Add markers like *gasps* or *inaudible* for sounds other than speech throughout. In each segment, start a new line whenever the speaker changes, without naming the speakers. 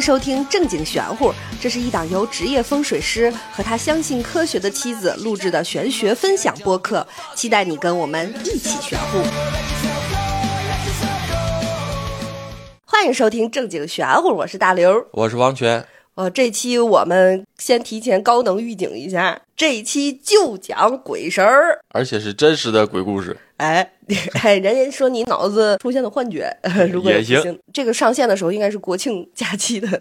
收听《正经玄乎》，这是一档由职业风水师和他相信科学的妻子录制的玄学分享播客，期待你跟我们一起玄乎。欢迎收听《正经玄乎》，我是大刘。
我是王权，
呃，这期我们先提前高能预警一下，这一期就讲鬼神儿。
而且是真实的鬼故事。
哎， *laughs* 哎，人家说你脑子出现了幻觉，如果
也
不这个上线的时候应该是国庆假期的 *laughs*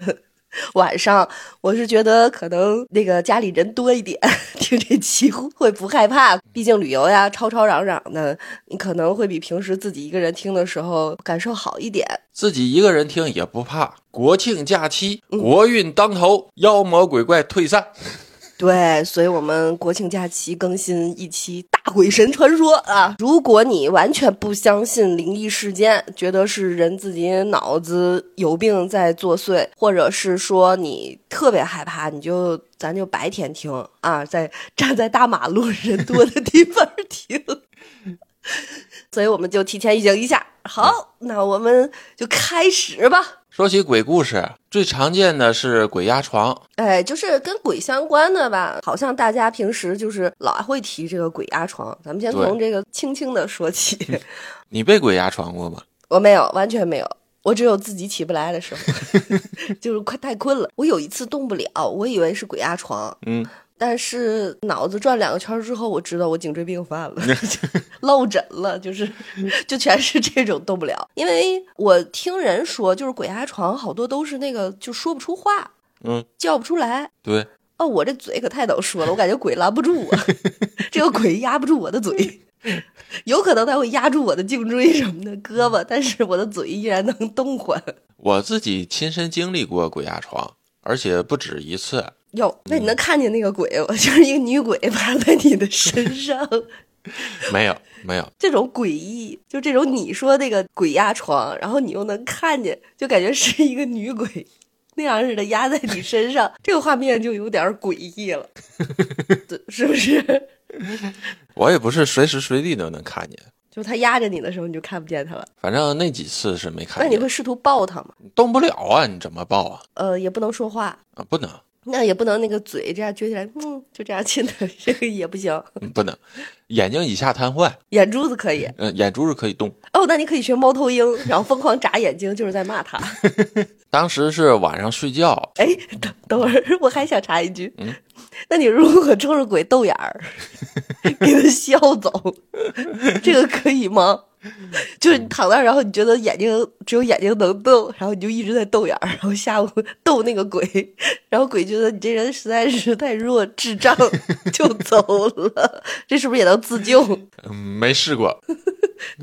晚上，我是觉得可能那个家里人多一点， *laughs* 听这期会不害怕。毕竟旅游呀，吵吵嚷嚷的，你可能会比平时自己一个人听的时候感受好一点。
自己一个人听也不怕。国庆假期，
嗯
国运当头，妖魔鬼怪退散。
对，所以我们国庆假期更新一期《大鬼神传说》啊。如果你完全不相信灵异事件，觉得是人自己脑子有病在作祟，或者是说你特别害怕，你就咱就白天听啊，在站在大马路人多的地方听。 *laughs* 所以我们就提前预警一下。好，那我们就开始吧。
说起鬼故事，啊最常见的是鬼压床。
哎，就是跟鬼相关的吧，好像大家平时就是老会提这个鬼压床。咱们先从这个轻轻的说起。
你被鬼压床过吗？
我没有，完全没有，我只有自己起不来的时候， *laughs* 就是快太困了。我有一次动不了，我以为是鬼压床，
嗯，
但是脑子转两个圈儿之后，我知道我颈椎病犯了， *laughs* 就落枕了，就是就全是这种动不了。因为我听人说，就是鬼压床好多都是那个就说不出话，
嗯，
叫不出来。
对，
哦，我这嘴可太能说了，我感觉鬼拦不住我，这个鬼压不住我的嘴，有可能他会压住我的颈椎什么的、胳膊，但是我的嘴依然能动唤。
我自己亲身经历过鬼压床，而且不止一次。
哟，那你能看见那个鬼？我就是一个女鬼趴在你的身上，
没有，没有，
这种诡异，就这种你说那个鬼压床，然后你又能看见，就感觉是一个女鬼那样似的压在你身上，这个画面就有点诡异了，对是不是？ *laughs*
我也不是随时随地都能看见。
就是他压着你的时候，你就看不见他了。
反正那几次是没
那
看
你
见
会，试图抱他吗？
动不了啊！你怎么抱啊？
呃，也不能说话，
啊，不能，
那也不能那个嘴这样撅起来，嗯，就这样亲他，这个也不行。 *laughs*
嗯不能，眼睛以下瘫痪，
眼珠子可以
嗯、眼珠是可以动。
哦，那你可以学猫头鹰，然后疯狂眨眼睛，就是在骂他。
当时是晚上睡觉，
哎，等等会儿，我还想插一句，
嗯
那你如果冲着鬼瞪眼儿，给他笑走，这个可以吗？就是你躺那儿，然后你觉得眼睛只有眼睛能动，然后你就一直在瞪眼儿，然后下午逗那个鬼，然后鬼觉得你这人实在是太弱智障，就走了。这是不是也能自救？
嗯，没试过。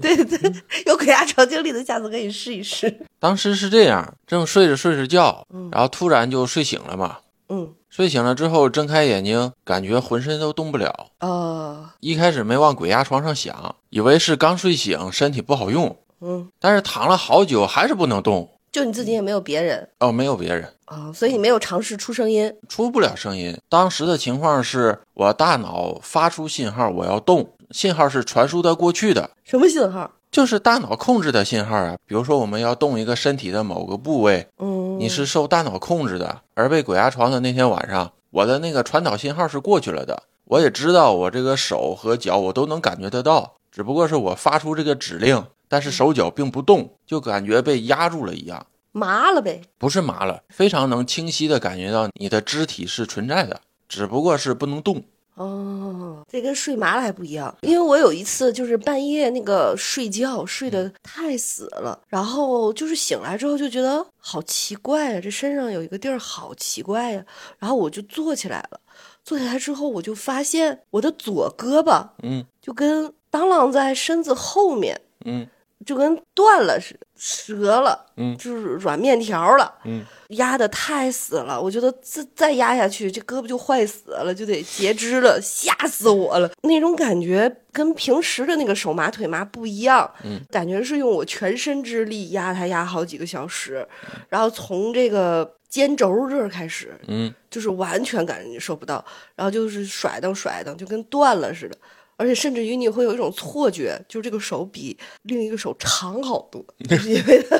对对， *laughs* 有鬼压床经历的，下次可以试一试。
当时是这样，正睡着睡着觉，然后突然就睡醒了嘛。
嗯，
睡醒了之后，睁开眼睛，感觉浑身都动不了。
哦，
一开始没往鬼压床上想，以为是刚睡醒，身体不好用。
嗯，
但是躺了好久，还是不能动。
就你自己也没有别人
哦，没有别人，
啊、哦所以你没有尝试出声音。
出不了声音。当时的情况是我大脑发出信号，我要动，信号是传输到过去的，
什么信号？
就是大脑控制的信号啊。比如说，我们要动一个身体的某个部位，
嗯，
你是受大脑控制的，而被鬼压床的那天晚上，我的那个传导信号是过去了的，我也知道我这个手和脚我都能感觉得到，只不过是我发出这个指令，但是手脚并不动，就感觉被压住了一样，
麻了呗？
不是麻了，非常能清晰的感觉到你的肢体是存在的，只不过是不能动。
哦，这跟睡麻了还不一样，因为我有一次就是半夜那个睡觉睡得太死了，然后就是醒来之后就觉得好奇怪呀、啊这身上有一个地儿好奇怪呀、然后我就坐起来了，坐起来之后我就发现我的左胳膊
嗯
就跟当啷在身子后面，
嗯
就跟断了似的，折了，
嗯
就是软面条了，
嗯，
压的太死了，我觉得再再压下去，这胳膊就坏死了，就得截肢了，吓死我了！那种感觉跟平时的那个手麻腿麻不一样，
嗯，
感觉是用我全身之力压它，压好几个小时，然后从这个肩轴这儿开始，
嗯，
就是完全感觉受不到，然后就是甩蹬甩蹬，就跟断了似的。而且甚至于你会有一种错觉，就是这个手比另一个手长好多，就是因为它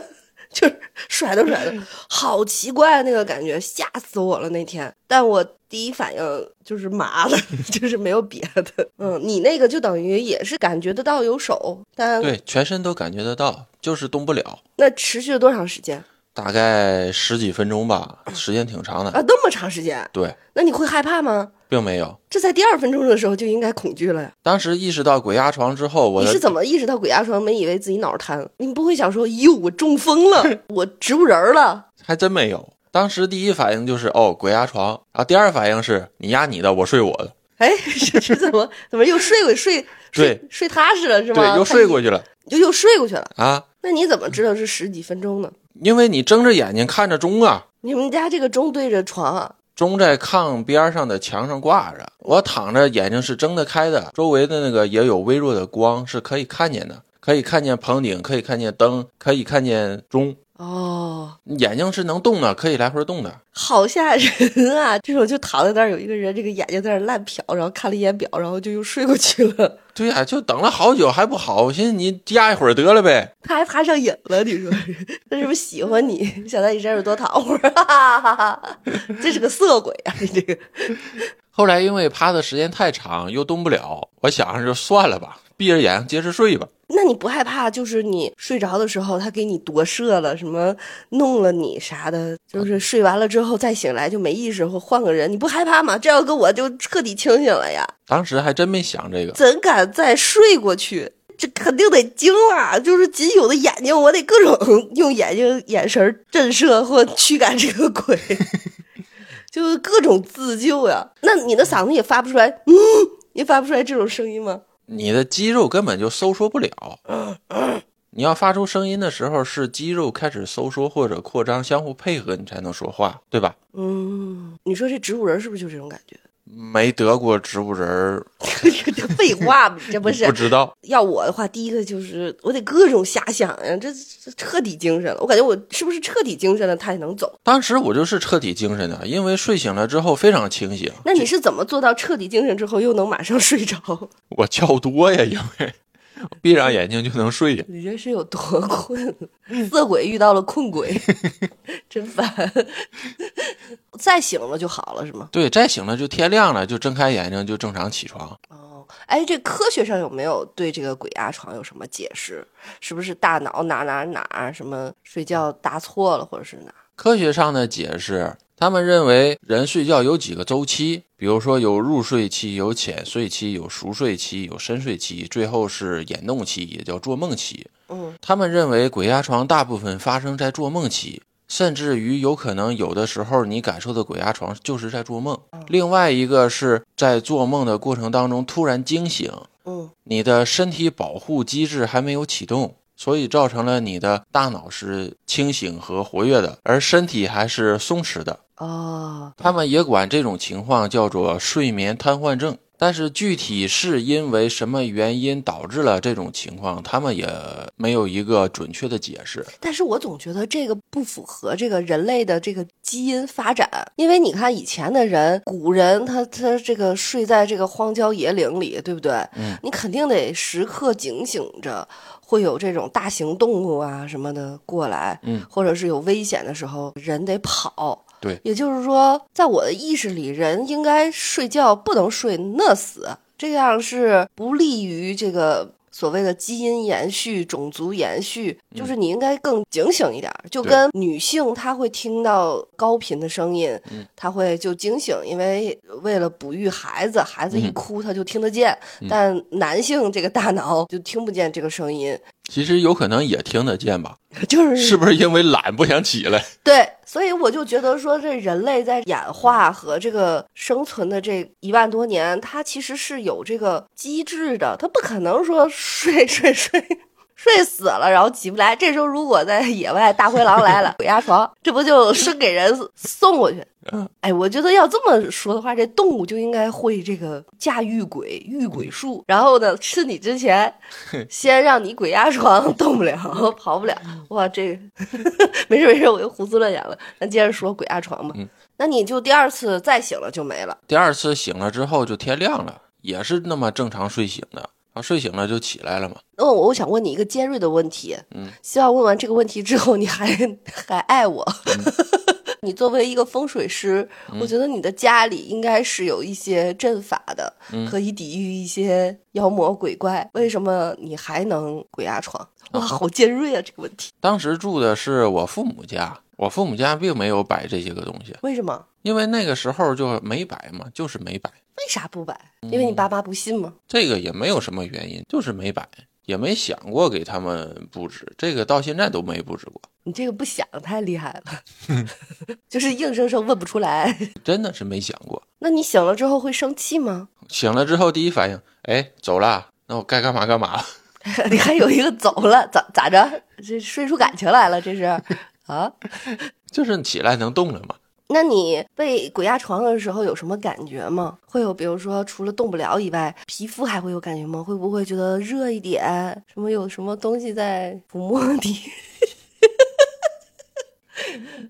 就是甩都甩的，好奇怪那个感觉，吓死我了那天。但我第一反应就是麻了， *laughs* 就是没有别的。嗯，你那个就等于也是感觉得到有手，但
对，全身都感觉得到，就是动不了，
那持续了多长时间
大概十几分钟吧，时间挺长的。
啊？那么长时间？
对，
那你会害怕吗？
并没有。
这在第二分钟的时候就应该恐惧了呀！
当时意识到鬼压床之后，我
你
的
是怎么意识到鬼压床没以为自己脑儿瘫？你不会想说，哟，我中风了，
*laughs*
我植物人儿了？
还真没有。当时第一反应就是哦，鬼压床，然后第二反应是你压你的，我睡我的，
哎，是是怎么怎么又睡过睡睡
对
睡踏实了是吗？
对，又睡过去了
你就又睡过去了。
啊，
那你怎么知道是十几分钟呢？
因为你睁着眼睛看着钟啊，
你们家这个钟对着床啊？
钟在炕边上的墙上挂着，我躺着，眼睛是睁得开的，周围的那个也有微弱的光，是可以看见的，可以看见棚顶，可以看见灯，可以看见钟，
哦，
眼睛是能动的，可以来回动的。
好吓人啊！这种就躺在那儿，有一个人这个眼睛在那儿乱瞟，然后看了一眼表，然后就又睡过去了。
对呀、就等了好久还不好，我寻思你压一会儿得了呗。
他还爬上瘾了，你说 *laughs* 他是不是喜欢你？ *laughs* 想在你身上多躺会儿，哈哈哈哈这是个色鬼啊！你这个
后来因为趴的时间太长，又动不了，我想着就算了吧，闭着眼接着睡吧。
那你不害怕？就是你睡着的时候，他给你夺舍了，什么弄了你啥的，就是睡完了之后再醒来就没意识，或换个人，你不害怕吗？这要跟我就彻底清醒了呀！
当时还真没想这个，
怎敢再睡过去？这肯定得惊了，就是仅有的眼睛，我得各种用眼睛、眼神儿震慑或驱赶这个鬼， *laughs* 就是各种自救呀。那你的嗓子也发不出来， *gasps* 嗯，也发不出来这种声音吗？
你的肌肉根本就收缩不了。 *laughs* 你要发出声音的时候，是肌肉开始收缩或者扩张相互配合，你才能说话，对吧？
嗯，你说这植物人是不是就这种感觉？
没得过植物人儿，
*laughs* 这废话，这不是
不知道。
要我的话，第一个就是我得各种瞎想呀，这这彻底精神了。我感觉我是不是彻底精神了，他也能走？
当时我就是彻底精神的，因为睡醒了之后非常清醒。
那你是怎么做到彻底精神之后又能马上睡着？
我觉多呀，因为闭上眼睛就能睡呀。
你这是有多 *laughs* 困？色鬼遇到了困鬼，真烦。再醒了就好了是吗？
对，再醒了就天亮了，就睁开眼睛就正常起床。
哦，哎，这科学上有没有对这个鬼压床有什么解释？是不是大脑哪哪哪什么睡觉答错了，或者是哪？
科学上的解释，他们认为人睡觉有几个周期，比如说有入睡期、有浅睡期、有熟睡期、有深睡期，最后是眼动期，也叫做梦期。
嗯，
他们认为鬼压床大部分发生在做梦期，甚至于有可能有的时候你感受的鬼压床就是在做梦。另外一个是在做梦的过程当中突然惊醒，
嗯，
你的身体保护机制还没有启动，所以造成了你的大脑是清醒和活跃的，而身体还是松弛的。
哦，
他们也管这种情况叫做睡眠瘫痪症，但是具体是因为什么原因导致了这种情况，他们也没有一个准确的解释。
但是我总觉得这个不符合这个人类的这个基因发展，因为你看以前的人，古人他他这个睡在这个荒郊野岭里，对不对？
嗯，
你肯定得时刻警醒着，会有这种大型动物啊什么的过来，
嗯，
或者是有危险的时候，人得跑。
对
也就是说，在我的意识里，人应该睡觉不能睡饿死，这样是不利于这个所谓的基因延续、种族延续。就是你应该更警醒一点儿，就
嗯对
跟女性她会听到高频的声音，
嗯
她会就警醒，因为为了哺育孩子，孩子一
嗯
哭她就听得见，但男性这个大脑就听不见这个声音，
其实有可能也听得见吧？
就是
是不是因为懒不想起来？
*laughs* 对，所以我就觉得说，这人类在演化和这个生存的这一万多年，它其实是有这个机制的，它不可能说睡睡睡。睡死了，然后起不来。这时候如果在野外大灰狼来了，鬼压床，这不就生给人送过去？
嗯，
哎，我觉得要这么说的话，这动物就应该会这个驾驭鬼、御鬼术。然后呢，吃你之前，先让你鬼压床，动不了，跑不了。哇，这个 *laughs* 没事没事，我又胡思乱想了。咱接着说鬼压床吧。
嗯
那你就第二次再醒了就没了。
第二次醒了之后就天亮了，也是那么正常睡醒的。啊，睡醒了就起来了嘛。
那我我想问你一个尖锐的问题，
嗯，
希望问完这个问题之后，你还还爱我。
嗯
*laughs* 你作为一个风水师，我觉得你的家里应该是有一些阵法的，
嗯
可以抵御一些妖魔鬼怪。为什么你还能鬼压
*laughs*
床？哇，好尖锐啊！这个问题
当时住的是我父母家，我父母家并没有摆这些个东西，
为什么？
因为那个时候就没摆嘛，就是没摆。
为啥不摆？因
嗯
为你爸妈不信吗？
这个也没有什么原因，就是没摆，也没想过给他们布置，这个到现在都没布置过，
你这个不想太厉害了， *laughs* 就是硬生生问不出来。 *laughs*
真的是没想过。
那你醒了之后会生气吗？ *laughs*
醒了之后第一反应，哎，走啦，那我该干嘛干嘛了。 *laughs*
你还有一个走了，咋咋着？这睡出感情来了，这是啊？
就是起来能动了嘛。
那你被鬼压床的时候有什么感觉吗？会有，比如说除了动不了以外，皮肤还会有感觉吗？会不会觉得热一点？什么有什么东西在抚摸你？ *laughs*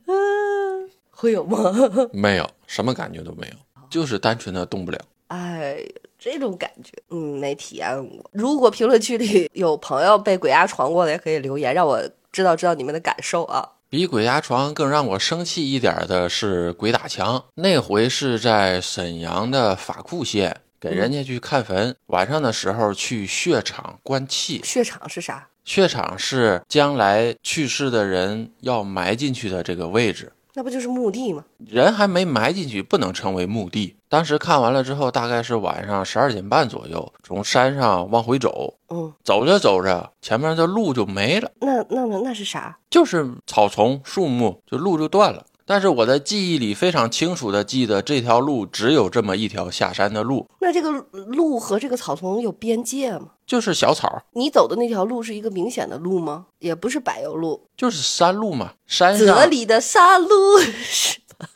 嗯，会有吗？
没有，什么感觉都没有，就是单纯的动不了。
哎，这种感觉，嗯，没体验过。如果评论区里有朋友被鬼压床过的，也可以留言，让我知道知道你们的感受啊。
比鬼压床更让我生气一点的是鬼打墙，那回是在沈阳的法库县给人家去看坟，晚上的时候去血场观气。
血场是啥？
血场是将来去世的人要埋进去的这个位置，
那不就是墓地吗？
人还没埋进去，不能称为墓地。当时看完了之后，大概是晚上十二点半左右，从山上往回走，
嗯，
走着走着，前面的路就没了。
那那那那是啥？
就是草丛、树木，就路就断了。但是我在记忆里非常清楚的记得，这条路只有这么一条下山的路，
那这个路和这个草丛有边界吗？
就是小草，
你走的那条路是一个明显的路吗？也不是柏油路，
就是山路嘛。山
这
上
里的山路是吧？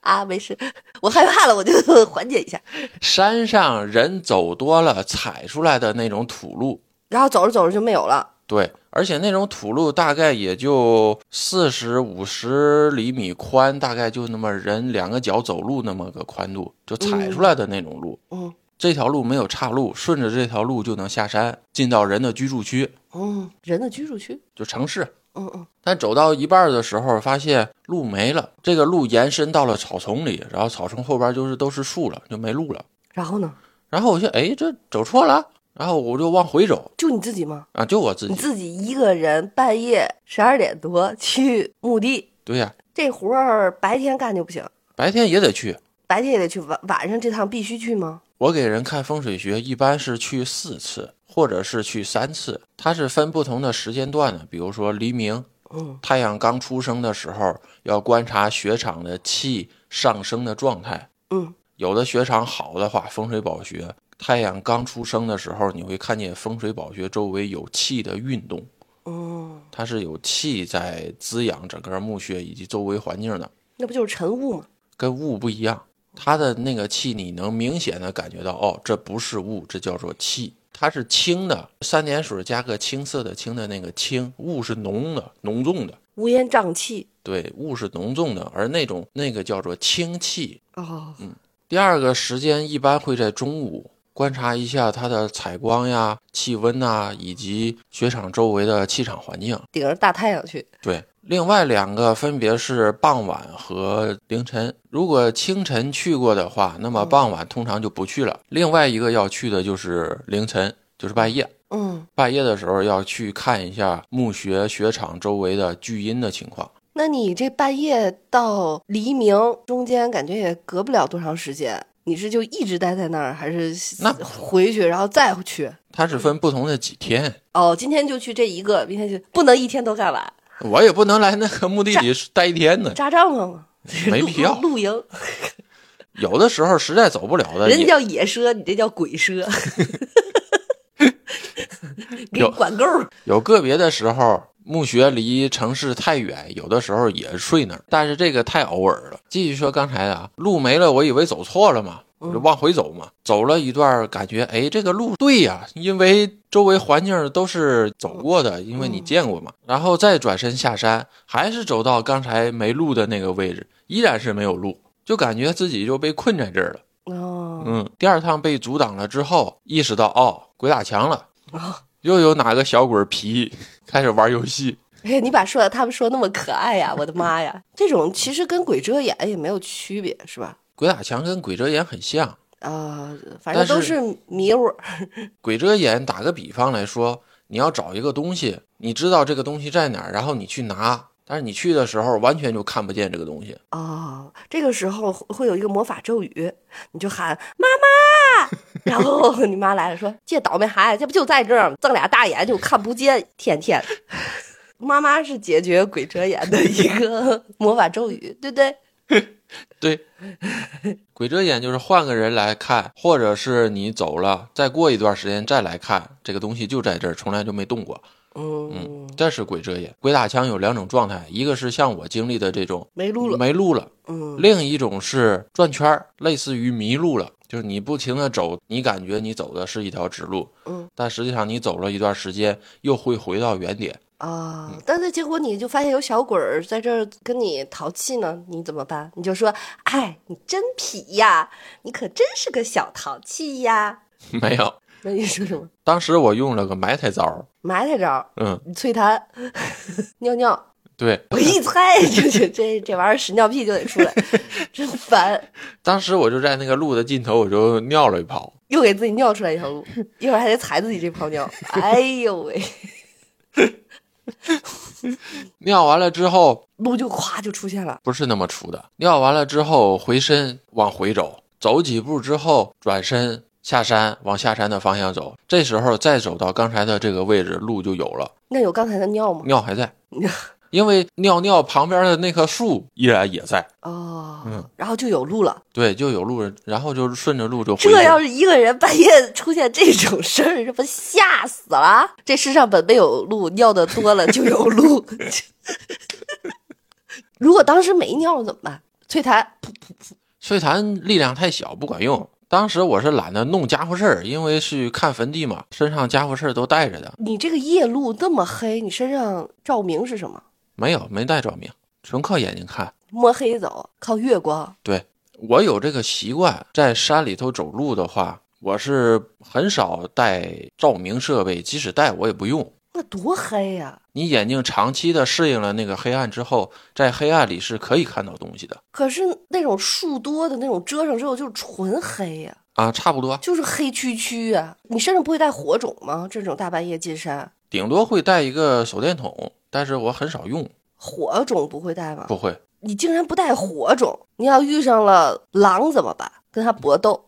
啊，没事，我害怕了，我就缓解一下。
山上人走多了踩出来的那种土路，
然后走着走着就没有了。
对，而且那种土路大概也就四十五十厘米宽，大概就那么人两个脚走路那么个宽度，就踩出来的那种路。
嗯
这条路没有岔路，顺着这条路就能下山，进到人的居住区，
嗯，人的居住区。
就城市。
嗯嗯，
但走到一半的时候，发现路没了，这个路延伸到了草丛里，然后草丛后边就是都是树了，就没路了。
然后呢？
然后我就哎，这走错了，然后我就往回走
就你自己吗？
啊，就我自
你
己。
自己一个人半夜十二点多去墓地，
对呀、
这活儿白天干就不行，
白天也得去。
白天也得去，晚晚上这趟必须去吗？
我给人看风水学，一般是去四次，或者是去三次，它是分不同的时间段的。比如说黎明，
嗯，
太阳刚出生的时候，要观察雪场的气上升的状态。
嗯，
有的雪场好的话，风水宝穴，太阳刚出生的时候，你会看见风水宝穴周围有气的运动，
哦，
它是有气在滋养整个墓穴以及周围环境的，
那不就是晨雾吗？
跟雾不一样。它的那个气，你能明显的感觉到，哦，这不是雾，这叫做气，它是清的，三点水加个青色的青的那个青，雾是浓的，浓重的。
乌烟瘴气。
对，雾是浓重的，而那种那个叫做清气。
哦，
第二个时间一般会在中午，观察一下它的采光呀、气温呐、以及雪场周围的气场环境。
顶着大太阳去，
对，另外两个分别是傍晚和凌晨。如果清晨去过的话，那么傍晚通常就不去了。另外一个要去的就是凌晨，就是半夜。
嗯，
半夜的时候要去看一下墓穴雪场周围的巨阴的情况。
那你这半夜到黎明中间，感觉也隔不了多长时间。你是就一直待在那儿，还是
那
回去然后再去？
它是分不同的几天，
哦，今天就去这一个，明天就不能一天都干完，
我也不能来那个墓地里待一天呢。
扎帐篷嘛，
*laughs* 没
露
必要
露营，
有的时候实在走不了的，
人家
呃也
叫野奢，你这叫鬼
*laughs*
奢， *laughs* 给你
有
管够儿。
有个别的时候，墓穴离城市太远，有的时候也睡那儿，但是这个太偶尔了。继续说刚才的啊，路没了，我以为走错了嘛，我就往回走嘛，走了一段儿，感觉哎，这个路对呀、因为周围环境都是走过的，因为你见过嘛。然后再转身下山，还是走到刚才没路的那个位置，依然是没有路，就感觉自己就被困在这儿了。
哦，
嗯，第二趟被阻挡了之后，意识到哦，鬼打墙了，
哦
又有哪个小鬼皮开始玩游戏，
哎呀，你把说他们说那么可爱呀，我的妈呀，这种其实跟鬼遮眼也没有区别，是吧？
鬼打墙跟鬼遮眼很像。
啊、反正
但
都
是
是迷糊儿，
鬼遮眼，打个比方来说，你要找一个东西，你知道这个东西在哪儿，然后你去拿，但是你去的时候完全就看不见这个东西。
哦，这个时候会会有一个魔法咒语，你就喊妈妈，然后你妈来了说：“这倒霉孩子，这不就在这儿，瞪俩大眼就看不见，天天。”妈妈是解决鬼遮眼的一个魔法咒语，对不对？
对，鬼遮眼就是换个人来看，或者是你走了，再过一段时间再来看，这个东西就在这儿，从来就没动过。
嗯，
这是鬼遮眼。鬼打墙有两种状态，一个是像我经历的这种
没录了，
没路了，
嗯
另一种是转圈儿，类似于迷路了，就是你不停的走，你感觉你走的是一条直路，
嗯，
但实际上你走了一段时间，又会回到原点。
啊，但是结果你就发现有小鬼儿在这儿跟你淘气呢，你怎么办？你就说：“哎，你真痞呀，你可真是个小淘气呀。
没有，”
那你说什么？
当时我用了个埋汰招儿，
埋汰招。
嗯，
你催痰、 *laughs* 尿尿，
对，
我一猜这这这这玩意儿屎尿屁就得出来， *laughs* 真烦，
当时我就在那个路的尽头，我就尿了一泡。
又给自己尿出来一条路，一会儿还得踩自己这泡尿，哎呦喂，
尿完了之后
路就咵就出现了，
不是那么出的，尿完了之后回身往回走，走几步之后转身下山，往下山的方向走。这时候再走到刚才的这个位置，路就有了，
那有刚才的尿吗？ *laughs*
尿还在。因为尿尿旁边的那棵树依然也在，
哦，
嗯
然后就有路了。
对，就有路人，然后就顺着路就回去
这要是一个人半夜出现这种事儿，这不吓死了？这世上本没有路，尿的多了就有路。 *laughs* 如果当时没尿怎么办？催痰，
碎痰力量太小不管用。当时我是懒得弄家伙事儿，因为去看坟地嘛，身上家伙事儿都带着的，
你这个夜路那么黑，你身上照明是什么？
没有没带照明，纯靠眼睛看。
摸黑走，靠月光。
对我有这个习惯，在山里头走路的话，我是很少带照明设备，即使带我也不用。
那多黑呀、
你眼睛长期的适应了那个黑暗之后，在黑暗里是可以看到东西的
可是那种树多的那种遮上之后，就是纯黑呀、
啊，差不多，
就是黑黢黢呀。你身上不会带火种吗？这种大半夜进山，
顶多会带一个手电筒，但是我很少用，
火种不会带吗？
不会。
你竟然不带火种，你要遇上了狼怎么办？跟他搏斗？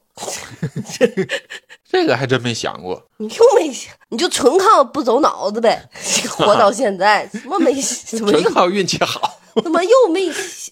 这个还真没想过。
你又没 *laughs* 想，你就纯靠不走脑子呗， *laughs* 活到现在，怎么没 *laughs* 怎么
纯
又
靠运气好。
怎么又没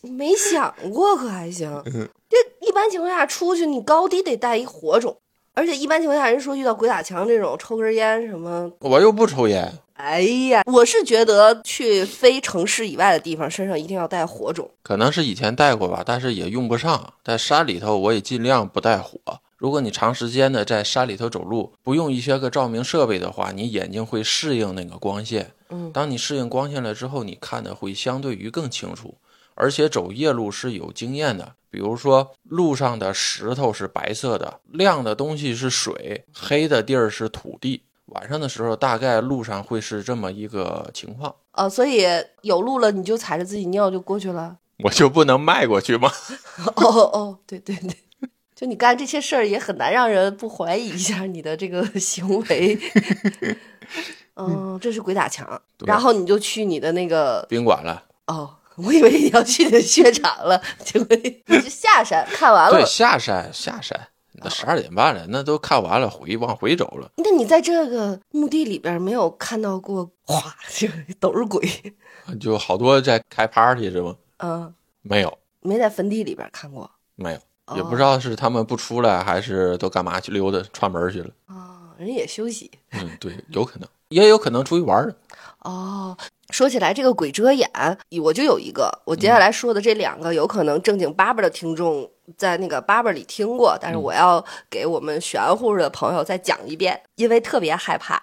没想过？可还行，这一般情况下出去，你高低得带一火种，而且一般情况下，人说遇到鬼打墙这种，抽根烟什么，
我又不抽烟，
哎呀，我是觉得去非城市以外的地方，身上一定要带火种。
可能是以前带过吧，但是也用不上。在山里头，我也尽量不带火。如果你长时间的在山里头走路，不用一些个照明设备的话，你眼睛会适应那个光线。
嗯
当你适应光线了之后，你看的会相对于更清楚。而且走夜路是有经验的，比如说路上的石头是白色的，亮的东西是水，黑的地儿是土地。晚上的时候，大概路上会是这么一个情况。
啊，所以有路了，你就踩着自己尿就过去了。 *laughs*
我就不能迈过去吗？
哦哦哦，对对对，就你干这些事儿也很难让人不怀疑一下你的这个行为。 *laughs* 嗯，这是鬼打墙，
对
然后你就去你的那个
*laughs* 宾馆了，
哦，我以为你要去你的雪场了，结果你你就下山看完
对，
了。啊
下山下山，那十二点半了，那都看完了，回往回走了。
那你在这个墓地里边没有看到过，哗， *laughs* 这都是鬼， *laughs*
就好多在开 party 是吗？
嗯，
没有，
没在坟地里边看过，
没有，
哦
也不知道是他们不出来，还是都干嘛去溜达串门去了。
*laughs* 啊，人也休息。
嗯，对，有可能，也有可能出去玩了。
哦，说起来这个鬼遮眼，我就有一个，我接下来说的这两个，有可能正经八巴的听众在那个八巴里听过，但是我要给我们玄乎的朋友再讲一遍，因为特别害怕，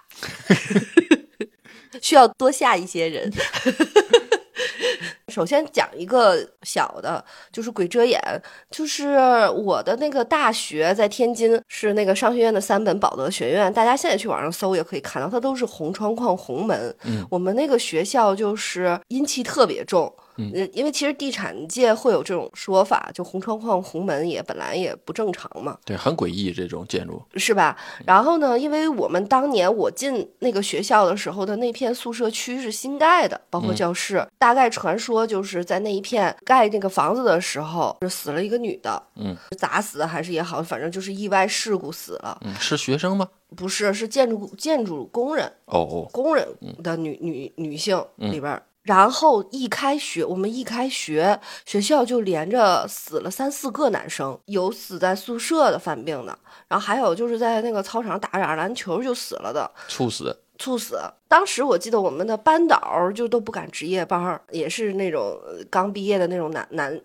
需要多吓一些人。 *laughs* 首先讲一个小的，就是鬼遮眼，就是我的那个大学在天津，是那个商学院的三本保德学院，大家现在去网上搜也可以看到，它都是红窗框、红门。
嗯
我们那个学校就是阴气特别重。嗯，因为其实地产界会有这种说法，就红窗框、红门也本来也不正常嘛。
对，很诡异这种建筑。
是吧？然后呢，因为我们当年我进那个学校的时候的那片宿舍区是新盖的，包括教室，大概传说就是在那一片盖那个房子的时候，就死了一个女的，
嗯，
砸死还是也好，反正就是意外事故死了，
嗯，是学生吗？
不是，是建筑建筑工人，
哦哦，
工人的女女女性里边儿。然后一开学，我们一开学，学校就连着死了三四个男生，有死在宿舍的犯病的，然后还有就是在那个操场打着打着篮球就死了的，
猝死。
猝死。当时我记得我们的班导就都不敢值夜班儿，也是那种呃刚毕业的那种男男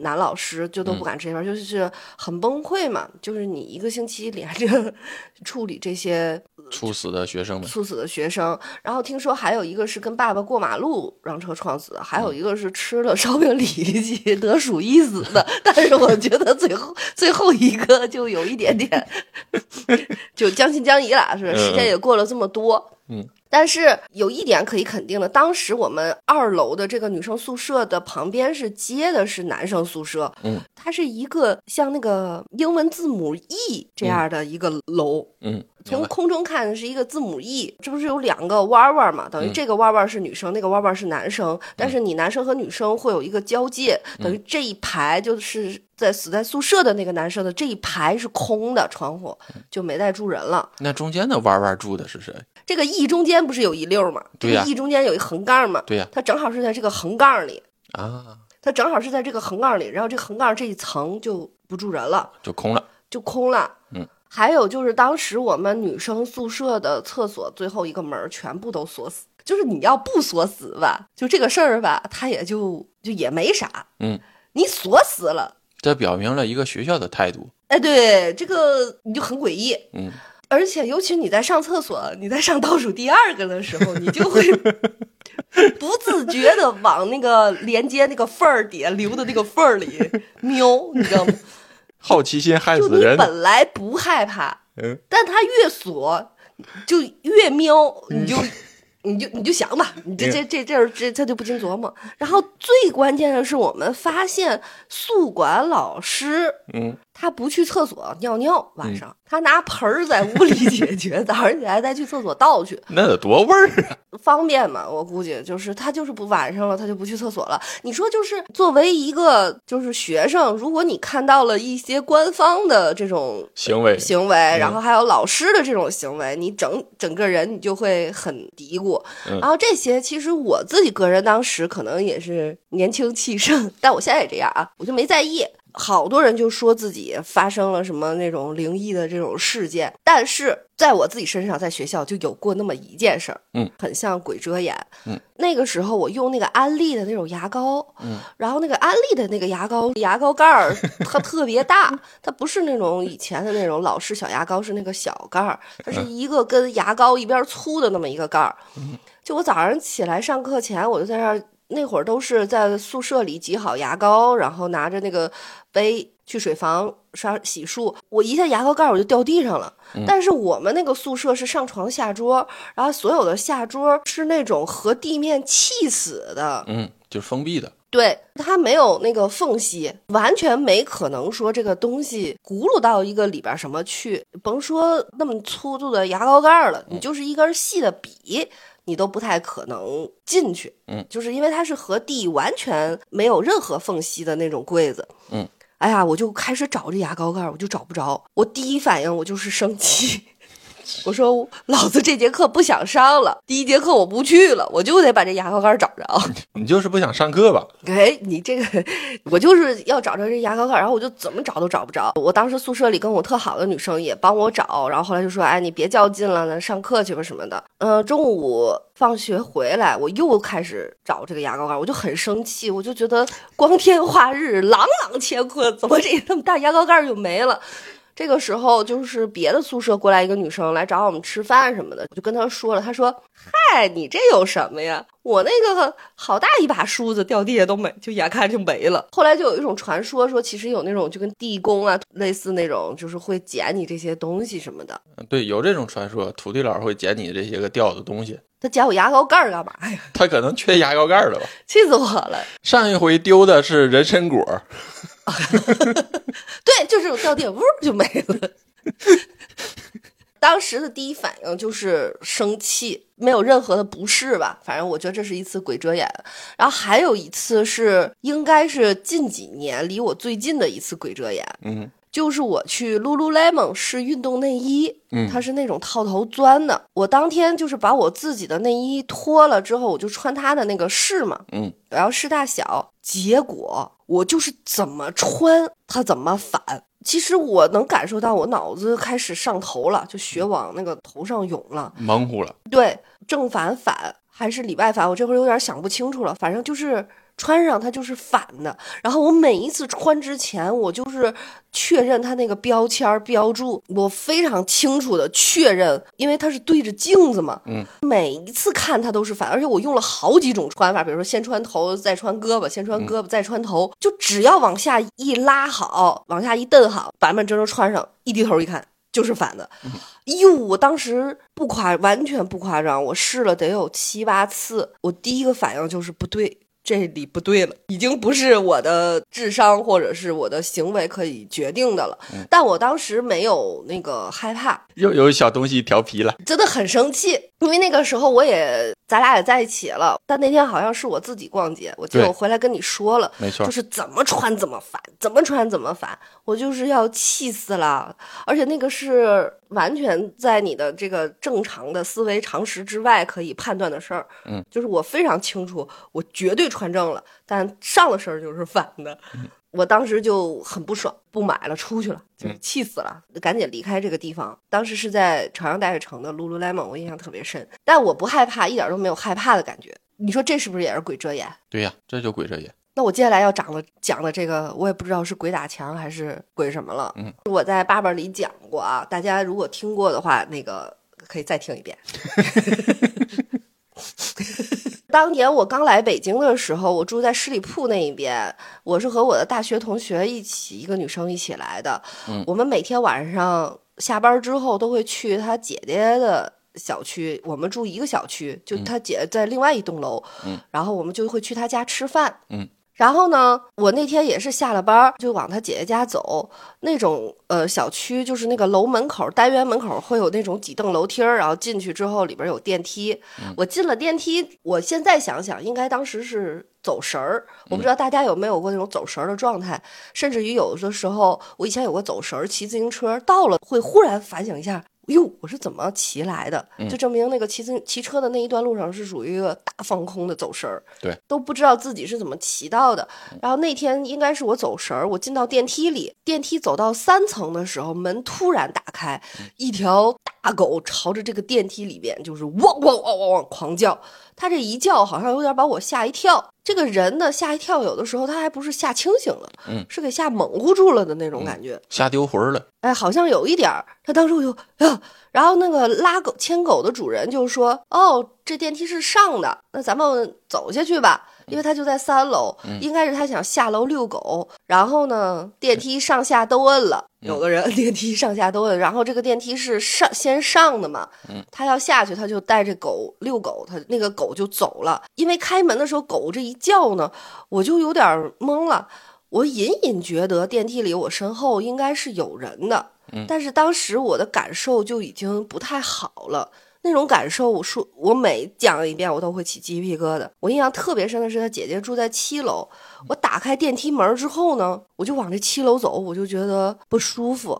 男老师，就都不敢值夜班儿，就是很崩溃嘛。就是你一个星期连着处理这些
猝死的学生们，
猝死的学生，然后听说还有一个是跟爸爸过马路让车撞死的，还
嗯
有一个是吃了烧饼里 *laughs* 脊得鼠疫死的。但是我觉得最后最后一个就有一点点就将信将疑了，是吧
嗯
时间也过了这么多，
嗯。
但是有一点可以肯定的，当时我们二楼的这个女生宿舍的旁边是接的是男生宿舍，
嗯，
它是一个像那个英文字母 E 这样的一个楼，
嗯，
从
明白
空中看是一个字母 E，这不是有两个弯弯嘛？等于
嗯
这个弯弯是女生，那个弯弯是男生。但是你男生和女生会有一个交界，
嗯
等于这一排就是在死在宿舍的那个男生的这一排是空的窗户，
嗯
就没带住人了。
那中间的弯弯住的是谁？
这个 E 中间不是有一溜儿嘛？这
对
个
呀
E 中间有一横杠嘛？
对呀
它正好是在这个横杠里，
啊，
它正好是在这个横杠里，然后这个横杠这一层就不住人了。
就空了。
就空了。
嗯，
还有就是当时我们女生宿舍的厕所最后一个门儿全部都锁死，就是你要不锁死吧，就这个事儿吧，它也就就也没啥。
嗯，
你锁死了，
这表明了一个学校的态度。
哎，对，这个你就很诡异。
嗯，
而且，尤其你在上厕所，你在上倒数第二个的时候，你
*laughs*
就会不自觉的往那个连接那个缝儿底下留的那个缝儿里 *laughs* 瞄，你知道吗？
好奇心害
就
死
你
人。
本来不害怕，
嗯，
但他越锁就越瞄，
嗯
你就。你就你就想吧，你这这这这儿这他就不禁琢磨。然后最关键的是，我们发现宿管老师
嗯，
他不去厕所尿尿，晚上、他拿盆儿在屋里解决，
*laughs*
早上起来再去厕所倒去，
那得多味儿啊！
方便嘛？我估计就是他就是不晚上了，他就不去厕所了。你说就是作为一个就是学生，如果你看到了一些官方的这种
行为
行为，然后还有老师的这种行为，你整整个人你就会很嘀咕。
嗯
然后这些其实我自己个人当时可能也是年轻气盛，但我现在也这样啊，我就没在意。好多人就说自己发生了什么那种灵异的这种事件，但是在我自己身上，在学校就有过那么一件事儿，
嗯，
很像鬼遮眼，
嗯，
那个时候我用那个安利的那种牙膏，然后那个安利的那个牙膏，牙膏盖儿它特别大，它不是那种以前的那种老式小牙膏，是那个小盖儿，它是一个跟牙膏一边儿粗的那么一个盖儿。就我早上起来上课前，我就在那儿，那会儿都是在宿舍里挤好牙膏，然后拿着那个杯去水房刷洗漱，我一下牙膏盖儿我就掉地上了。但是我们那个宿舍是上床下桌，然后所有的下桌是那种和地面砌死的，
嗯，就是封闭的。
对，它没有那个缝隙，完全没可能说这个东西轱辘到一个里边儿什么去，甭说那么粗度的牙膏盖儿
嗯
了，你就是一根细的笔，你都不太可能进去。
嗯，
就是因为它是和地完全没有任何缝隙的那种柜子。
嗯，
哎呀，我就开始找这牙膏盖儿，我就找不着。我第一反应我就是生气。 *laughs* 我说老子这节课不想上了，第一节课我不去了，我就得把这牙膏盖儿找着。
你就是不想上课吧？
哎，你这个，我就是要找着这牙膏盖，然后我就怎么找都找不着。我当时宿舍里跟我特好的女生也帮我找，然后后来就说，哎，你别较劲了，咱上课去吧什么的。嗯、中午放学回来，我又开始找这个牙膏盖，我就很生气，我就觉得光天化日，朗朗乾坤，怎么这那么大牙膏盖就没了？这个时候就是别的宿舍过来一个女生来找我们吃饭什么的，我就跟她说了，她说：“嗨，哎你这有什么呀？我那个好大一把梳子掉地下都没，就眼看就没了。”后来就有一种传说说，其实有那种就跟地宫啊类似那种，就是会捡你这些东西什么的。
对，有这种传说，土地佬会捡你这些个掉的东西，
他捡我牙膏盖儿干嘛呀？
他可能缺牙膏盖了吧？
气死我了！
上一回丢的是人参果，
对，就这种掉地屋就没了。 *laughs* 当时的第一反应就是生气，没有任何的不适吧。反正我觉得这是一次鬼遮眼。然后还有一次是，应该是近几年离我最近的一次鬼遮眼，
嗯
就是我去 Lululemon 试运动内衣，
嗯
它是那种套头钻的。我当天就是把我自己的内衣脱了之后，我就穿它的那个试嘛，
嗯，
我要试大小，结果我就是怎么穿它怎么反。其实我能感受到我脑子开始上头了，就血往那个头上涌了。
蒙糊了，
对，正反反还是里外反，我这会儿有点想不清楚了。反正就是穿上它就是反的。然后我每一次穿之前，我就是确认它那个标签儿标注，我非常清楚的确认，因为它是对着镜子嘛。
嗯，
每一次看它都是反，而且我用了好几种穿法，比如说先穿头，再穿胳膊，先穿胳膊，再穿头，就只要往下一拉好，往下一蹬好，板板正正穿上，一低头一看。就是反的，哟！哎我当时不夸，完全不夸张，我试了得有七八次，我第一个反应就是不对，这里不对了，已经不是我的智商或者是我的行为可以决定的了。但我当时没有那个害怕，
又有小东西调皮了，
真的很生气，因为那个时候我也咱俩也在一起了，但那天好像是我自己逛街，我记得
对
我回来跟你说了，
没错
就，是怎么穿怎么烦，怎么穿怎么烦，我就是要气死了。而且那个是完全在你的这个正常的思维常识之外可以判断的事儿。
嗯，
就是我非常清楚，我绝对穿正了，但上了身儿就是反的。
嗯
我当时就很不爽，不买了，出去了，就是
嗯
气死了，赶紧离开这个地方。当时是在朝阳大悦城的 Lululemon，我印象特别深，但我不害怕，一点都没有害怕的感觉。你说这是不是也是鬼遮眼？
对呀，这就鬼遮眼，
那我接下来要讲的讲的这个，我也不知道是鬼打墙还是鬼什么了。
嗯，
我在爸爸里讲过啊，大家如果听过的话，那个可以再听一遍。 *laughs* 当年我刚来北京的时候，我住在十里铺那一边，我是和我的大学同学一起，一个女生一起来的。
嗯
我们每天晚上下班之后都会去她姐姐的小区，我们住一个小区，就她姐在另外一栋楼，
嗯
然后我们就会去她家吃饭。
嗯
然后呢，我那天也是下了班儿就往她姐姐家走，那种呃小区就是那个楼门口单元门口会有那种几栋楼梯儿，然后进去之后里边有电梯。我进了电梯，我现在想想，应该当时是走神儿，我不知道大家有没有过那种走神儿的状态，甚至于有的时候，我以前有过走神儿，骑自行车到了会忽然反省一下。哟，我是怎么骑来的？就证明那个骑自骑车的那一段路上是属于一个大放空的走神儿，
对，
都不知道自己是怎么骑到的。然后那天应该是我走神儿，我进到电梯里，电梯走到三层的时候，门突然打开，一条大狗朝着这个电梯里边就是汪汪汪汪汪狂叫。它这一叫好像有点把我吓一跳。这个人呢吓一跳，有的时候他还不是吓清醒了，
嗯
是给吓蒙糊住了的那种感觉。
吓丢魂儿了，
哎，好像有一点儿。他当时我就，哎呀，然后那个拉狗牵狗的主人就说：“哦，这电梯是上的，那咱们走下去吧。”因为他就在三楼，应该是他想下楼遛狗，然后呢，电梯上下都摁了，有的人 *laughs* 电梯上下都摁，然后这个电梯是上先上的嘛，他要下去，他就带着狗遛狗，他那个狗就走了。因为开门的时候狗这一叫呢，我就有点儿懵了。我隐隐觉得电梯里我身后应该是有人的，但是当时我的感受就已经不太好了。那种感受，我说我每讲一遍，我都会起鸡皮疙瘩。我印象特别深的是，他姐姐住在七楼，我打开电梯门之后呢，我就往这七楼走，我就觉得不舒服。